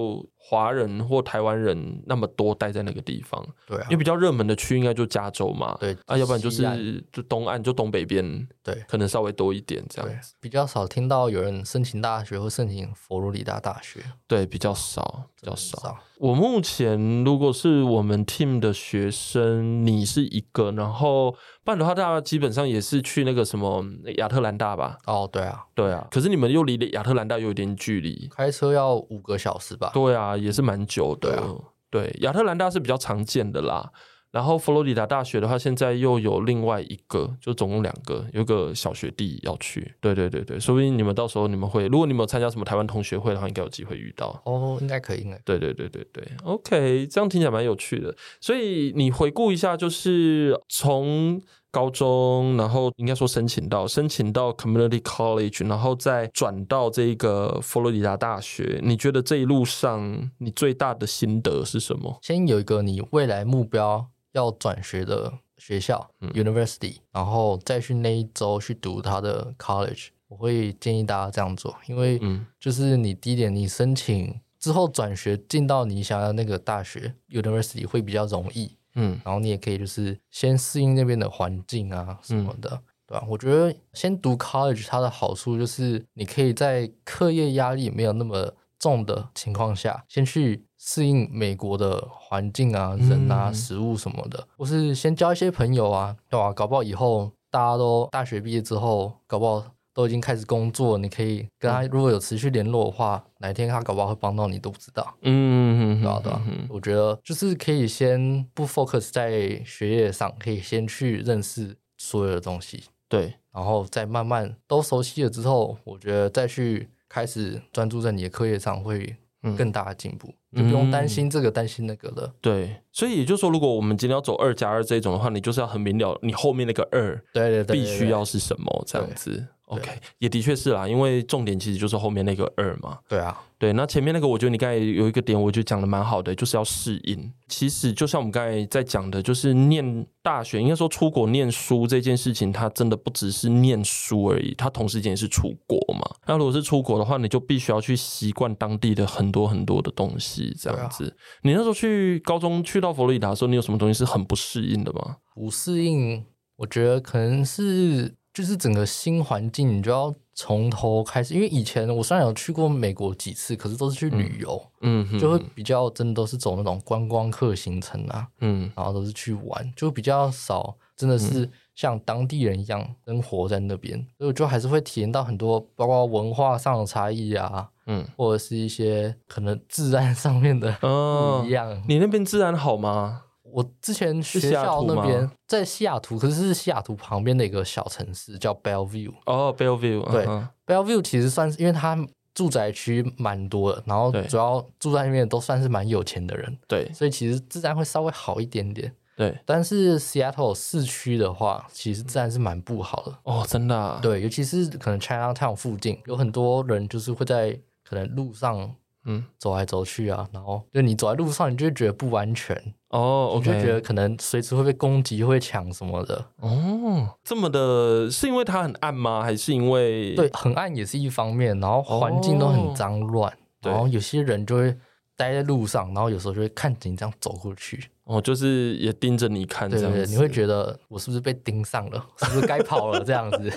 A: 华人或台湾人那么多待在那个地方，
B: 对啊
A: 因为，比较热门的区应该就加州嘛，
B: 对
A: 啊，要不然就
B: 西岸
A: 是就东岸，就东北边，
B: 对
A: 可能稍微多一点这
B: 对
A: 样子，，
B: 比较少听到有人申请大学或申请佛罗里达大学，
A: 对，比较少，比较
B: 真的很
A: 少。我目前如果是我们 team 的学生，你是一个，然后半的话，大家基本上也是去那个什么亚特兰大吧，
B: 哦，对啊，
A: 对啊，可是你们又离亚特兰大又有点距离，
B: 开车要五个小时吧？
A: 对啊，也是蛮久的。
B: 对啊
A: 对亚特兰大是比较常见的啦。然后佛罗里达大学的话，现在又有另外一个，就总共两个，有个小学弟要去。对对对对，说不定你们到时候你们会，如果你们有参加什么台湾同学会的话，应该有机会遇到。
B: 哦，应该可以，应该可以
A: 对对对对对，OK，这样听起来蛮有趣的。所以你回顾一下，就是从高中，然后应该说申请到申请到 Community College，然后再转到这个佛罗里达大学，你觉得这一路上你最大的心得是什么？
B: 先有一个你未来目标要转学的学校、
A: 嗯
B: university，然后再去那一周去读他的 college。我会建议大家这样做，因为
A: 嗯
B: 就是你第一点，你申请之后转学进到你想要那个大学 university 会比较容易，
A: 嗯
B: 然后你也可以就是先适应那边的环境啊什么的，对啊吧、我觉得先读 college 它的好处就是你可以在课业压力没有那么重的情况下，先去适应美国的环境啊、
A: 嗯
B: 人啊、食物什么的，或是先交一些朋友啊，对吧、搞不好以后大家都大学毕业之后，搞不好。都已经开始工作，你可以跟他如果有持续联络的话，哪一天他搞不好会帮到你都不知道。
A: 嗯，
B: 对啊，对啊，我觉得就是可以先不 focus 在学业上，可以先去认识所有的东西，
A: 对，
B: 然后再慢慢都熟悉了之后，我觉得再去开始专注在你的课业上会
A: 嗯
B: 更大的进步，就不用担心这个担心那个的。
A: 对，所以也就是说，如果我们今天要走二加二这一种的话，你就是要很明了，你后面那个二
B: 对对对，
A: 必须要
B: 对
A: 是什么这样
B: 对
A: 子。
B: 对
A: OK，也的确是啦，因为重点其实就是后面那个二嘛。
B: 对啊，
A: 对，那前面那个我觉得你刚才有一个点，我觉得讲的蛮好的，就是要适应。其实就像我们刚才在讲的，就是念大学，应该说出国念书这件事情，它真的不只是念书而已，它同时间也是出国嘛。那如果是出国的话，你就必须要去习惯当地的很多很多的东西，这
B: 对
A: 样
B: 啊
A: 子。你那时候去高中去到佛罗里达的时候，你有什么东西是很不适应的吗？
B: 不适应，我觉得可能是就是整个新环境，你就要从头开始。因为以前我虽然有去过美国几次，可是都是去旅游。
A: 嗯哼，
B: 就会比较真的都是走那种观光客行程啊，
A: 嗯
B: 然后都是去玩，就比较少真的是像当地人一样生活在那边，所以我就还是会体验到很多，包括文化上的差异啊，
A: 嗯
B: 或者是一些可能治安上面的
A: 哦
B: 不一样。
A: 你那边治安好吗？
B: 我之前
A: 是
B: 学
A: 西雅
B: 校
A: 图
B: 那
A: 吗
B: 边在西雅图，可是是西雅图旁边的一个小城市叫 Bellevue。
A: 哦、b e l l v i e w
B: 对 Bellevue 其实算是，因为它住宅区蛮多的，然后
A: 对
B: 主要住在那边的都算是蛮有钱的人，
A: 对，
B: 所以其实自然会稍微好一点点。
A: 对，
B: 但是 Seattle 市区的话，其实治安是蛮不好的。
A: 哦，真的、啊，，
B: 对，尤其是可能 Chinatown 附近，有很多人就是会在可能路上
A: 嗯，
B: 走来走去啊，然后就你走在路上，你就会觉得不安全，
A: 哦
B: 你就
A: ，OK，
B: 觉得可能随时会被攻击、会被抢什么的。
A: 哦，这么的，是因为它很暗吗？还是因为
B: 对，很暗也是一方面，然后环境都很脏乱，
A: 哦对
B: 然后有些人就会待在路上，然后有时候就会看着你这样走过去，
A: 哦，就是也盯着你看这
B: 对对
A: 样
B: 对，
A: 子，
B: 你会觉得我是不是被盯上了，是不是该跑了这样子？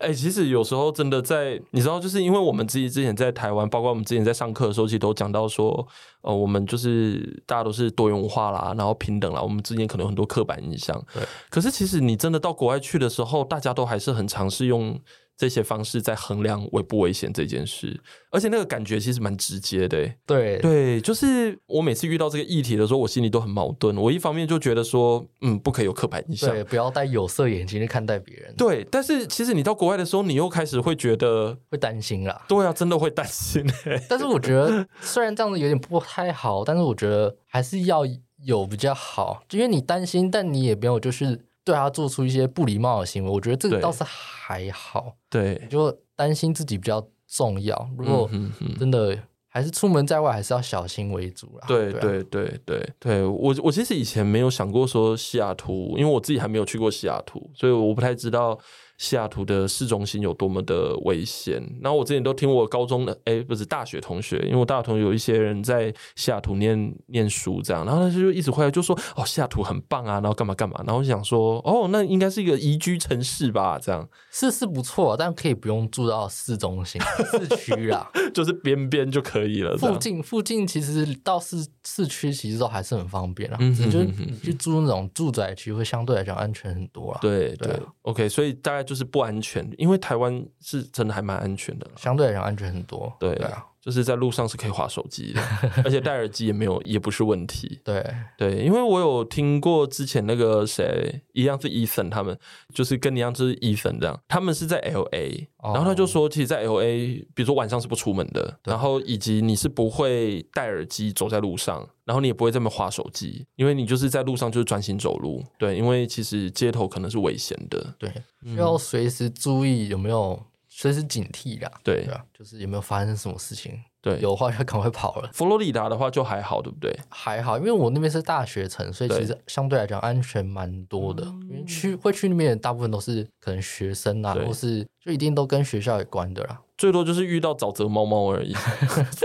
A: 哎、其实有时候真的在，你知道，就是因为我们自己之前在台湾，包括我们之前在上课的时候，其实都讲到说，呃，我们就是大家都是多元化啦，然后平等啦，我们之间可能有很多刻板印象。
B: 对。
A: 可是其实你真的到国外去的时候，大家都还是很尝试用这些方式在衡量危不危险这件事，而且那个感觉其实蛮直接的、欸。
B: 对
A: 对，就是我每次遇到这个议题的时候，我心里都很矛盾。我一方面就觉得说，嗯，不可以有刻板印象，
B: 对，不要戴有色眼镜去看待别人，
A: 对，但是其实你到国外的时候，你又开始会觉得，
B: 会担心啦。
A: 对啊，真的会担心、欸。
B: 但是我觉得虽然这样子有点不太好，但是我觉得还是要有比较好，因为你担心，但你也没有就是对他做出一些不礼貌的行为，我觉得这个
A: 对
B: 倒是还好。
A: 对，
B: 就担心自己比较重要。如
A: 嗯
B: 果
A: 哼哼
B: 真的还是出门在外，还是要小心为主啦。
A: 对
B: 啊，
A: 对对对对，我我其实以前没有想过说西雅图，因为我自己还没有去过西雅图，所以我不太知道西雅图的市中心有多么的危险。然后我之前都听我高中的，哎，不是大学同学，因为我大学同学有一些人在西雅图念念书这样，然后他就一直回来就说，哦，西雅图很棒啊，然后干嘛干嘛，然后我就想说，哦，那应该是一个宜居城市吧，这样。
B: 是是不错，但可以不用住到市中心、市区啦。
A: 就是边边就可以了。这
B: 附
A: 样
B: 近附近其实到市市区其实都还是很方便啦。
A: 嗯
B: 只是就是
A: 嗯嗯嗯
B: 你去住那种住宅区，会相对来讲安全很多啦。，
A: 对
B: 对啊
A: 对，OK，所以大概就是不安全，因为台湾是真的还蛮安全的啦。
B: 相对来讲安全很多。
A: 对
B: 对啊，
A: 就是在路上是可以划手 机的，而且戴耳机也没有，也不是问题。
B: 对
A: 对，因为我有听过之前那个谁，一样是 Ethan 他们，就是跟你一样就是 Ethan 这样，他们是在 L A，、
B: 哦
A: 然后他就说，其实，在 L A，比如说晚上是不出门的，然后以及你是不会戴耳机走在路上，然后你也不会这么划手机，因为你就是在路上就是专心走路，对，因为其实街头可能是危险的，
B: 对，要随时注意有没有。随时警惕啦，
A: 对
B: 对啊，就是有没有发生什么事情，
A: 对。
B: 有的话就赶快跑了。
A: 佛罗里达的话就还好，对不对？
B: 还好，因为我那边是大学城，所以
A: 对
B: 其实相对来讲安全蛮多的。因为去会去那边的大部分都是可能学生啊，
A: 对
B: 或是就一定都跟学校有关的啦，
A: 最多就是遇到沼泽猫猫而 已，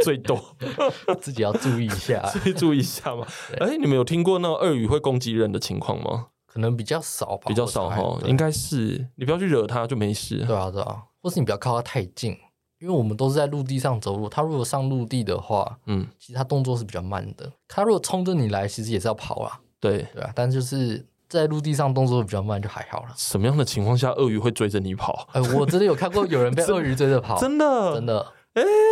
A: 最多。
B: 自己要注意一下。啊
A: 所以注意一下嘛。哎，你们有听过那种鳄鱼会攻击人的情况吗？
B: 可能比较少吧，
A: 比较少
B: 哈
A: 哈，，应该是你不要去惹它就没事
B: 对。啊对啊，或是你不要靠它太近，因为我们都是在陆地上走路，它如果上陆地的话，
A: 嗯，
B: 其实它动作是比较慢的。它如果冲着你来，其实也是要跑啊，
A: 对。
B: 对啊，但就是在陆地上动作比较慢就还好 了。
A: 什么样的情况下鳄鱼会追着你跑？
B: 哎、我真的有看过有人被鳄鱼追着跑，
A: 真的，
B: 真的。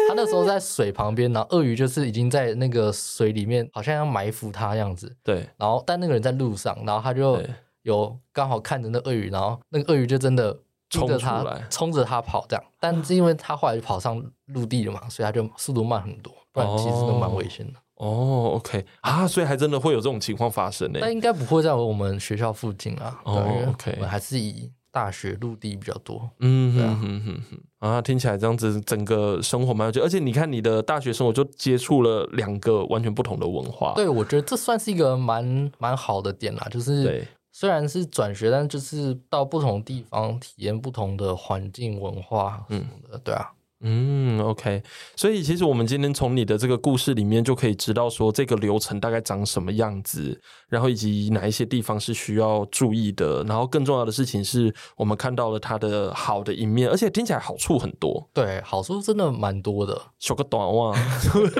B: 他那时候在水旁边，然后鳄鱼就是已经在那个水里面，好像要埋伏他样子。
A: 对
B: 然后但那个人在路上，然后他就
A: 对
B: 有刚好看着那鳄鱼，然后那个鳄鱼就真的
A: 冲
B: 冲着他
A: 出来
B: 冲着他跑这样。但是因为他后来就跑上陆 地了嘛，所以他就速度慢很多，不然其实都蛮危险的。
A: 哦，OK 啊，所以还真的会有这种情况发生欸呢。
B: 但应该不会在我们学校附近啊，
A: 哦
B: 对因为
A: OK
B: 我们还是以大学陆地比较多。
A: 嗯
B: 对
A: 哼
B: 啊
A: 哼哼哼啊，听起来这样子整个生活蛮有趣，而且你看你的大学生活就接触了两个完全不同的文化。
B: 对，我觉得这算是一个蛮蛮好的点啦，就是
A: 对
B: 虽然是转学，但就是到不同地方体验不同的环境文化什么的，对啊，
A: 嗯，OK，所以其实我们今天从你的这个故事里面就可以知道说这个流程大概长什么样子，然后以及哪一些地方是需要注意的，然后更重要的事情是我们看到了它的好的一面，而且听起来好处很多，
B: 对，好处真的蛮多的，
A: 小个短袜，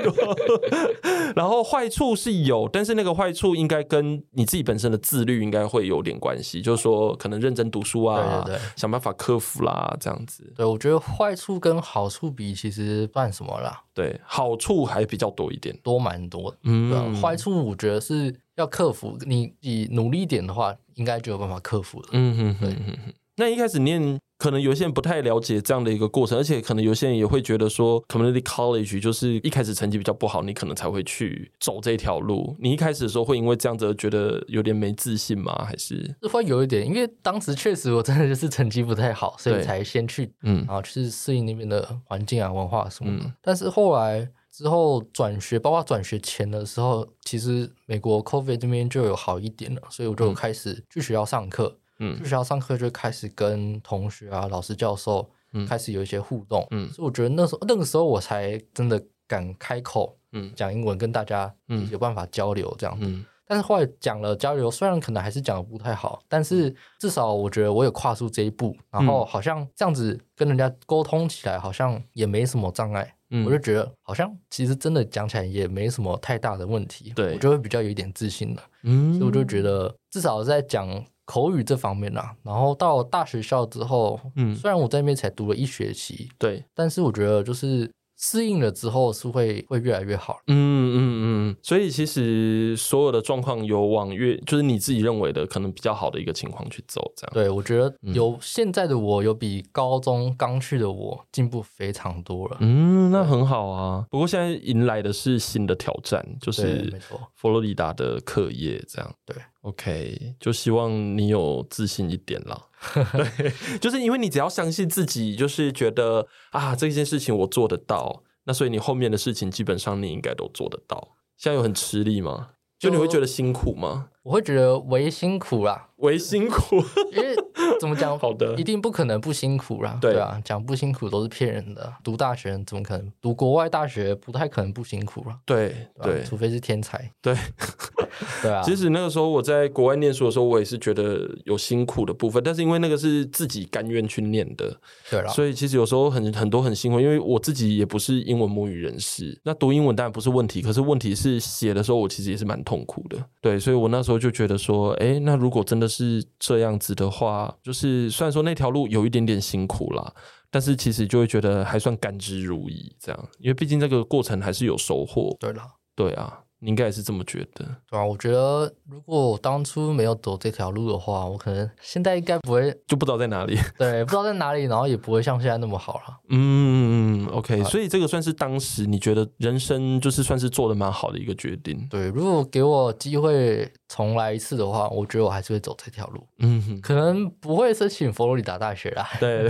A: 然后坏处是有，但是那个坏处应该跟你自己本身的自律应该会有点关系，就是说可能认真读书啊，
B: 对对对
A: 想办法克服啦，这样子，
B: 对我觉得坏处跟好处比，其实算什么啦，
A: 对，好处还比较多一点，
B: 多蛮多的。对啊
A: 嗯，
B: 坏处我觉得是要克服，
A: 嗯
B: 你你努力一点的话，应该就有办法克服的。
A: 嗯哼哼哼哼。那一开始念可能有些人不太了解这样的一个过程，而且可能有些人也会觉得说，community college 就是一开始成绩比较不好，你可能才会去走这条路。你一开始的时候会因为这样子而觉得有点没自信吗？还是
B: 会有一点，因为当时确实我真的就是成绩不太好，所以
A: 对
B: 才先去，
A: 嗯
B: 然后啊去适应那边的环境啊、文化什么的。
A: 嗯
B: 但是后来之后转学，包括转学前的时候，其实美国 COVID 这边就有好一点了，所以我就
A: 嗯
B: 开始去学校上课，去
A: 嗯
B: 学校上课就开始跟同学啊、老师、教授
A: 嗯
B: 开始有一些互动。
A: 嗯
B: 所以我觉得那时候那个时候我才真的敢开口
A: 嗯
B: 讲英文，跟大家
A: 嗯
B: 有办法交流这样子。
A: 嗯
B: 但是后来讲了交流，虽然可能还是讲的不太好，但
A: 嗯
B: 是至少我觉得我有跨出这一步，然后好像这样子跟人家沟通起来，好像也没什么障碍。
A: 嗯，
B: 我就觉得好像其实真的讲起来也没什么太大的问题，
A: 对
B: 我就会比较有一点自信了。
A: 嗯
B: 所以我就觉得至少在讲口语这方面啦、然后到大学校之后，
A: 嗯
B: 虽然我在那边才读了一学期，
A: 对，
B: 但是我觉得就是适应了之后是会会越来越好。
A: 嗯嗯嗯，所以其实所有的状况有往越就是你自己认为的可能比较好的一个情况去走，这样。
B: 对，我觉得
A: 嗯
B: 有、现在的我有比高中刚去的我进步非常多了。
A: 嗯，那很好啊。不过现在迎来的是新的挑战，就
B: 对，没
A: 是
B: 错，
A: 佛罗里达的课业这样。
B: 对
A: ，OK，就希望你有自信一点 啦。对， 就是因为你只要相信自己，就是觉得啊这件事情我做得到，那所以你后面的事情基本上你应该都做得到。现在有很吃力吗？就
B: 就
A: 你会觉得辛苦 吗？
B: 我会觉得为辛苦啦，
A: 为辛苦，，
B: 因为怎么 讲
A: 好的
B: 一定不可能不辛苦啦。
A: 对
B: 对啊，讲不辛苦都是骗人的。读大学怎么可能？读国外大学不太可能不辛苦啦。
A: 对
B: 对吧啊
A: 对
B: 除非是天才。
A: 对。
B: 对啊，
A: 其实那个时候我在国外念书的时候，我也是觉得有辛苦的部分，但是因为那个是自己甘愿去念的，
B: 对啦，
A: 所以其实有时候很很多很辛苦，因为我自己也不是英文母语人士，那读英文当然不是问题，可是问题是写的时候我其实也是蛮痛苦的，对，所以我那时候就觉得说，哎，那如果真的是这样子的话，就是虽然说那条路有一点点辛苦啦。但是其实就会觉得还算甘之如饴，这样，因为毕竟这个过程还是有收获。
B: 对啦。
A: 对啊，你应该也是这么觉得。
B: 对啊，我觉得如果我当初没有走这条路的话，我可能现在应该不会
A: 就不知道在哪里。
B: 对，不知道在哪里，然后也不会像现在那么好了。
A: 嗯，OK，所以这个算是当时你觉得人生就是算是做的蛮好的一个决定。
B: 对，如果给我机会重来一次的话，我觉得我还是会走这条路，
A: 嗯，
B: 可能不会申请佛罗里达大学啦。
A: 对，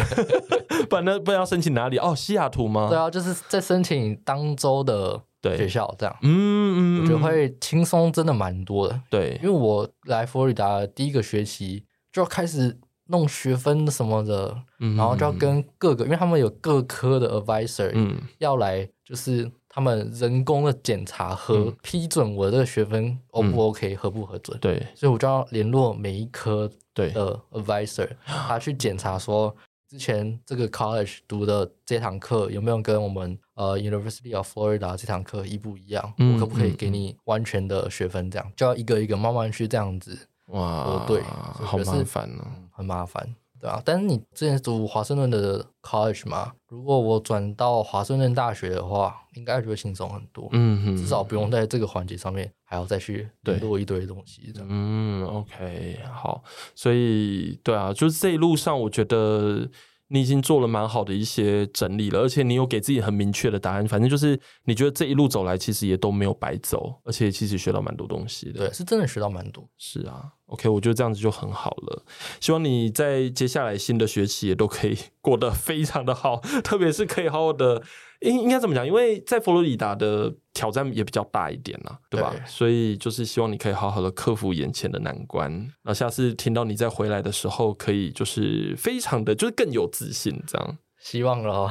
A: 不然那不然要申请哪里？哦，西雅图吗？
B: 对啊，就是在申请当州的
A: 对
B: 学校这样，
A: 嗯，嗯嗯，
B: 我觉得会轻松真的蛮多的。
A: 对
B: 因，为我来佛罗里达的第一个学期就开始弄学分什么的，
A: 嗯
B: 然后就要跟各个，因为他们有各科的 advisor，、
A: 嗯
B: 要来就是他们人工的检查和
A: 嗯
B: 批准我这个学分 O
A: 嗯
B: 不 OK，、合不合准。
A: 对
B: 所以我就要联络每一科
A: 对
B: 的 advisor，他去检查说之前这个 college 读的这堂课有没有跟我们呃 University of Florida 这堂课一不一样，
A: 嗯
B: 我可不可以
A: 嗯
B: 给你完全的学分？这样就要一个一个慢慢去这样子，
A: 哇
B: 哦，对
A: 好
B: 所以我觉得
A: 麻
B: 是
A: 烦哦。
B: 很麻烦。对啊，但是你之前读华盛顿的 college 嘛，如果我转到华盛顿大学的话，应该就会轻松很多，
A: 嗯哼，
B: 至少不用在这个环节上面还要再去联络一堆东西。这样，
A: 嗯，OK，好，所以对啊，就是这一路上，我觉得你已经做了蛮好的一些整理了，而且你有给自己很明确的答案。反正就是你觉得这一路走来，其实也都没有白走，而且其实学到蛮多东西的。
B: 对，是真的学到蛮多。
A: 是啊，OK，我觉得这样子就很好了。希望你在接下来新的学期也都可以 过得非常的好，特别是可以好好的，应应该怎么讲？因为在佛罗里达的挑战也比较大一点啦，对吧？
B: 对
A: 所以就是希望你可以好好的克服眼前的难关，然后下次听到你再回来的时候，可以就是非常的，就是更有自信这样。
B: 希望哦咯，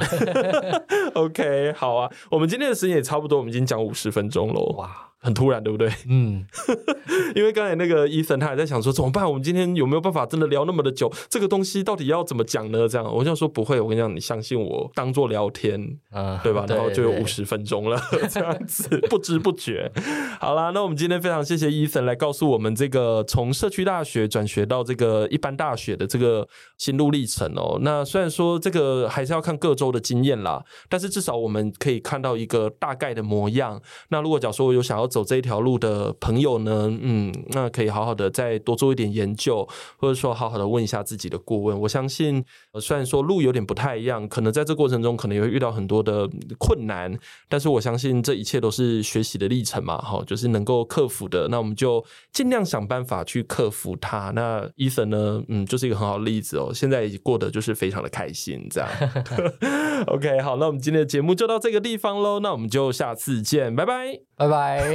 A: OK，好啊，我们今天的时间也差不多，我们已经讲五十分钟喽，
B: 哇，
A: 很突然，对不对？
B: 嗯，
A: 因为刚才那个伊森他还在想说怎么办，我们今天有没有办法真的聊那么的久？这个东西到底要怎么讲呢？这样，我想说不会，我跟你讲，你相信我，当做聊天，
B: 嗯，
A: 对吧？然后就有
B: 对
A: 五十分钟了， 这样子不知不觉。好啦，那我们今天非常谢谢伊森来告诉我们这个从社区大学转学到这个一般大学的这个心路历程哦。那虽然说这个还是要看各州的经验啦，但是至少我们可以看到一个大概的模样。那如果假如说我有想要走走这一条路的朋友呢，嗯，那可以好好的再多做一点研究，或者说好好的问一下自己的顾问。我相信，呃虽然说路有点不太一样，可能在这过程中可能也会遇到很多的困难，但是我相信这一切都是学习的历程嘛，哈，就是能够克服的，那我们就尽量想办法去克服它。那伊森呢，嗯，就是一个很好的例子哦，现在也过得就是非常的开心，这样。OK，好，那我们今天的节目就到这个地方喽，那我们就下次见，拜拜。
B: 拜拜。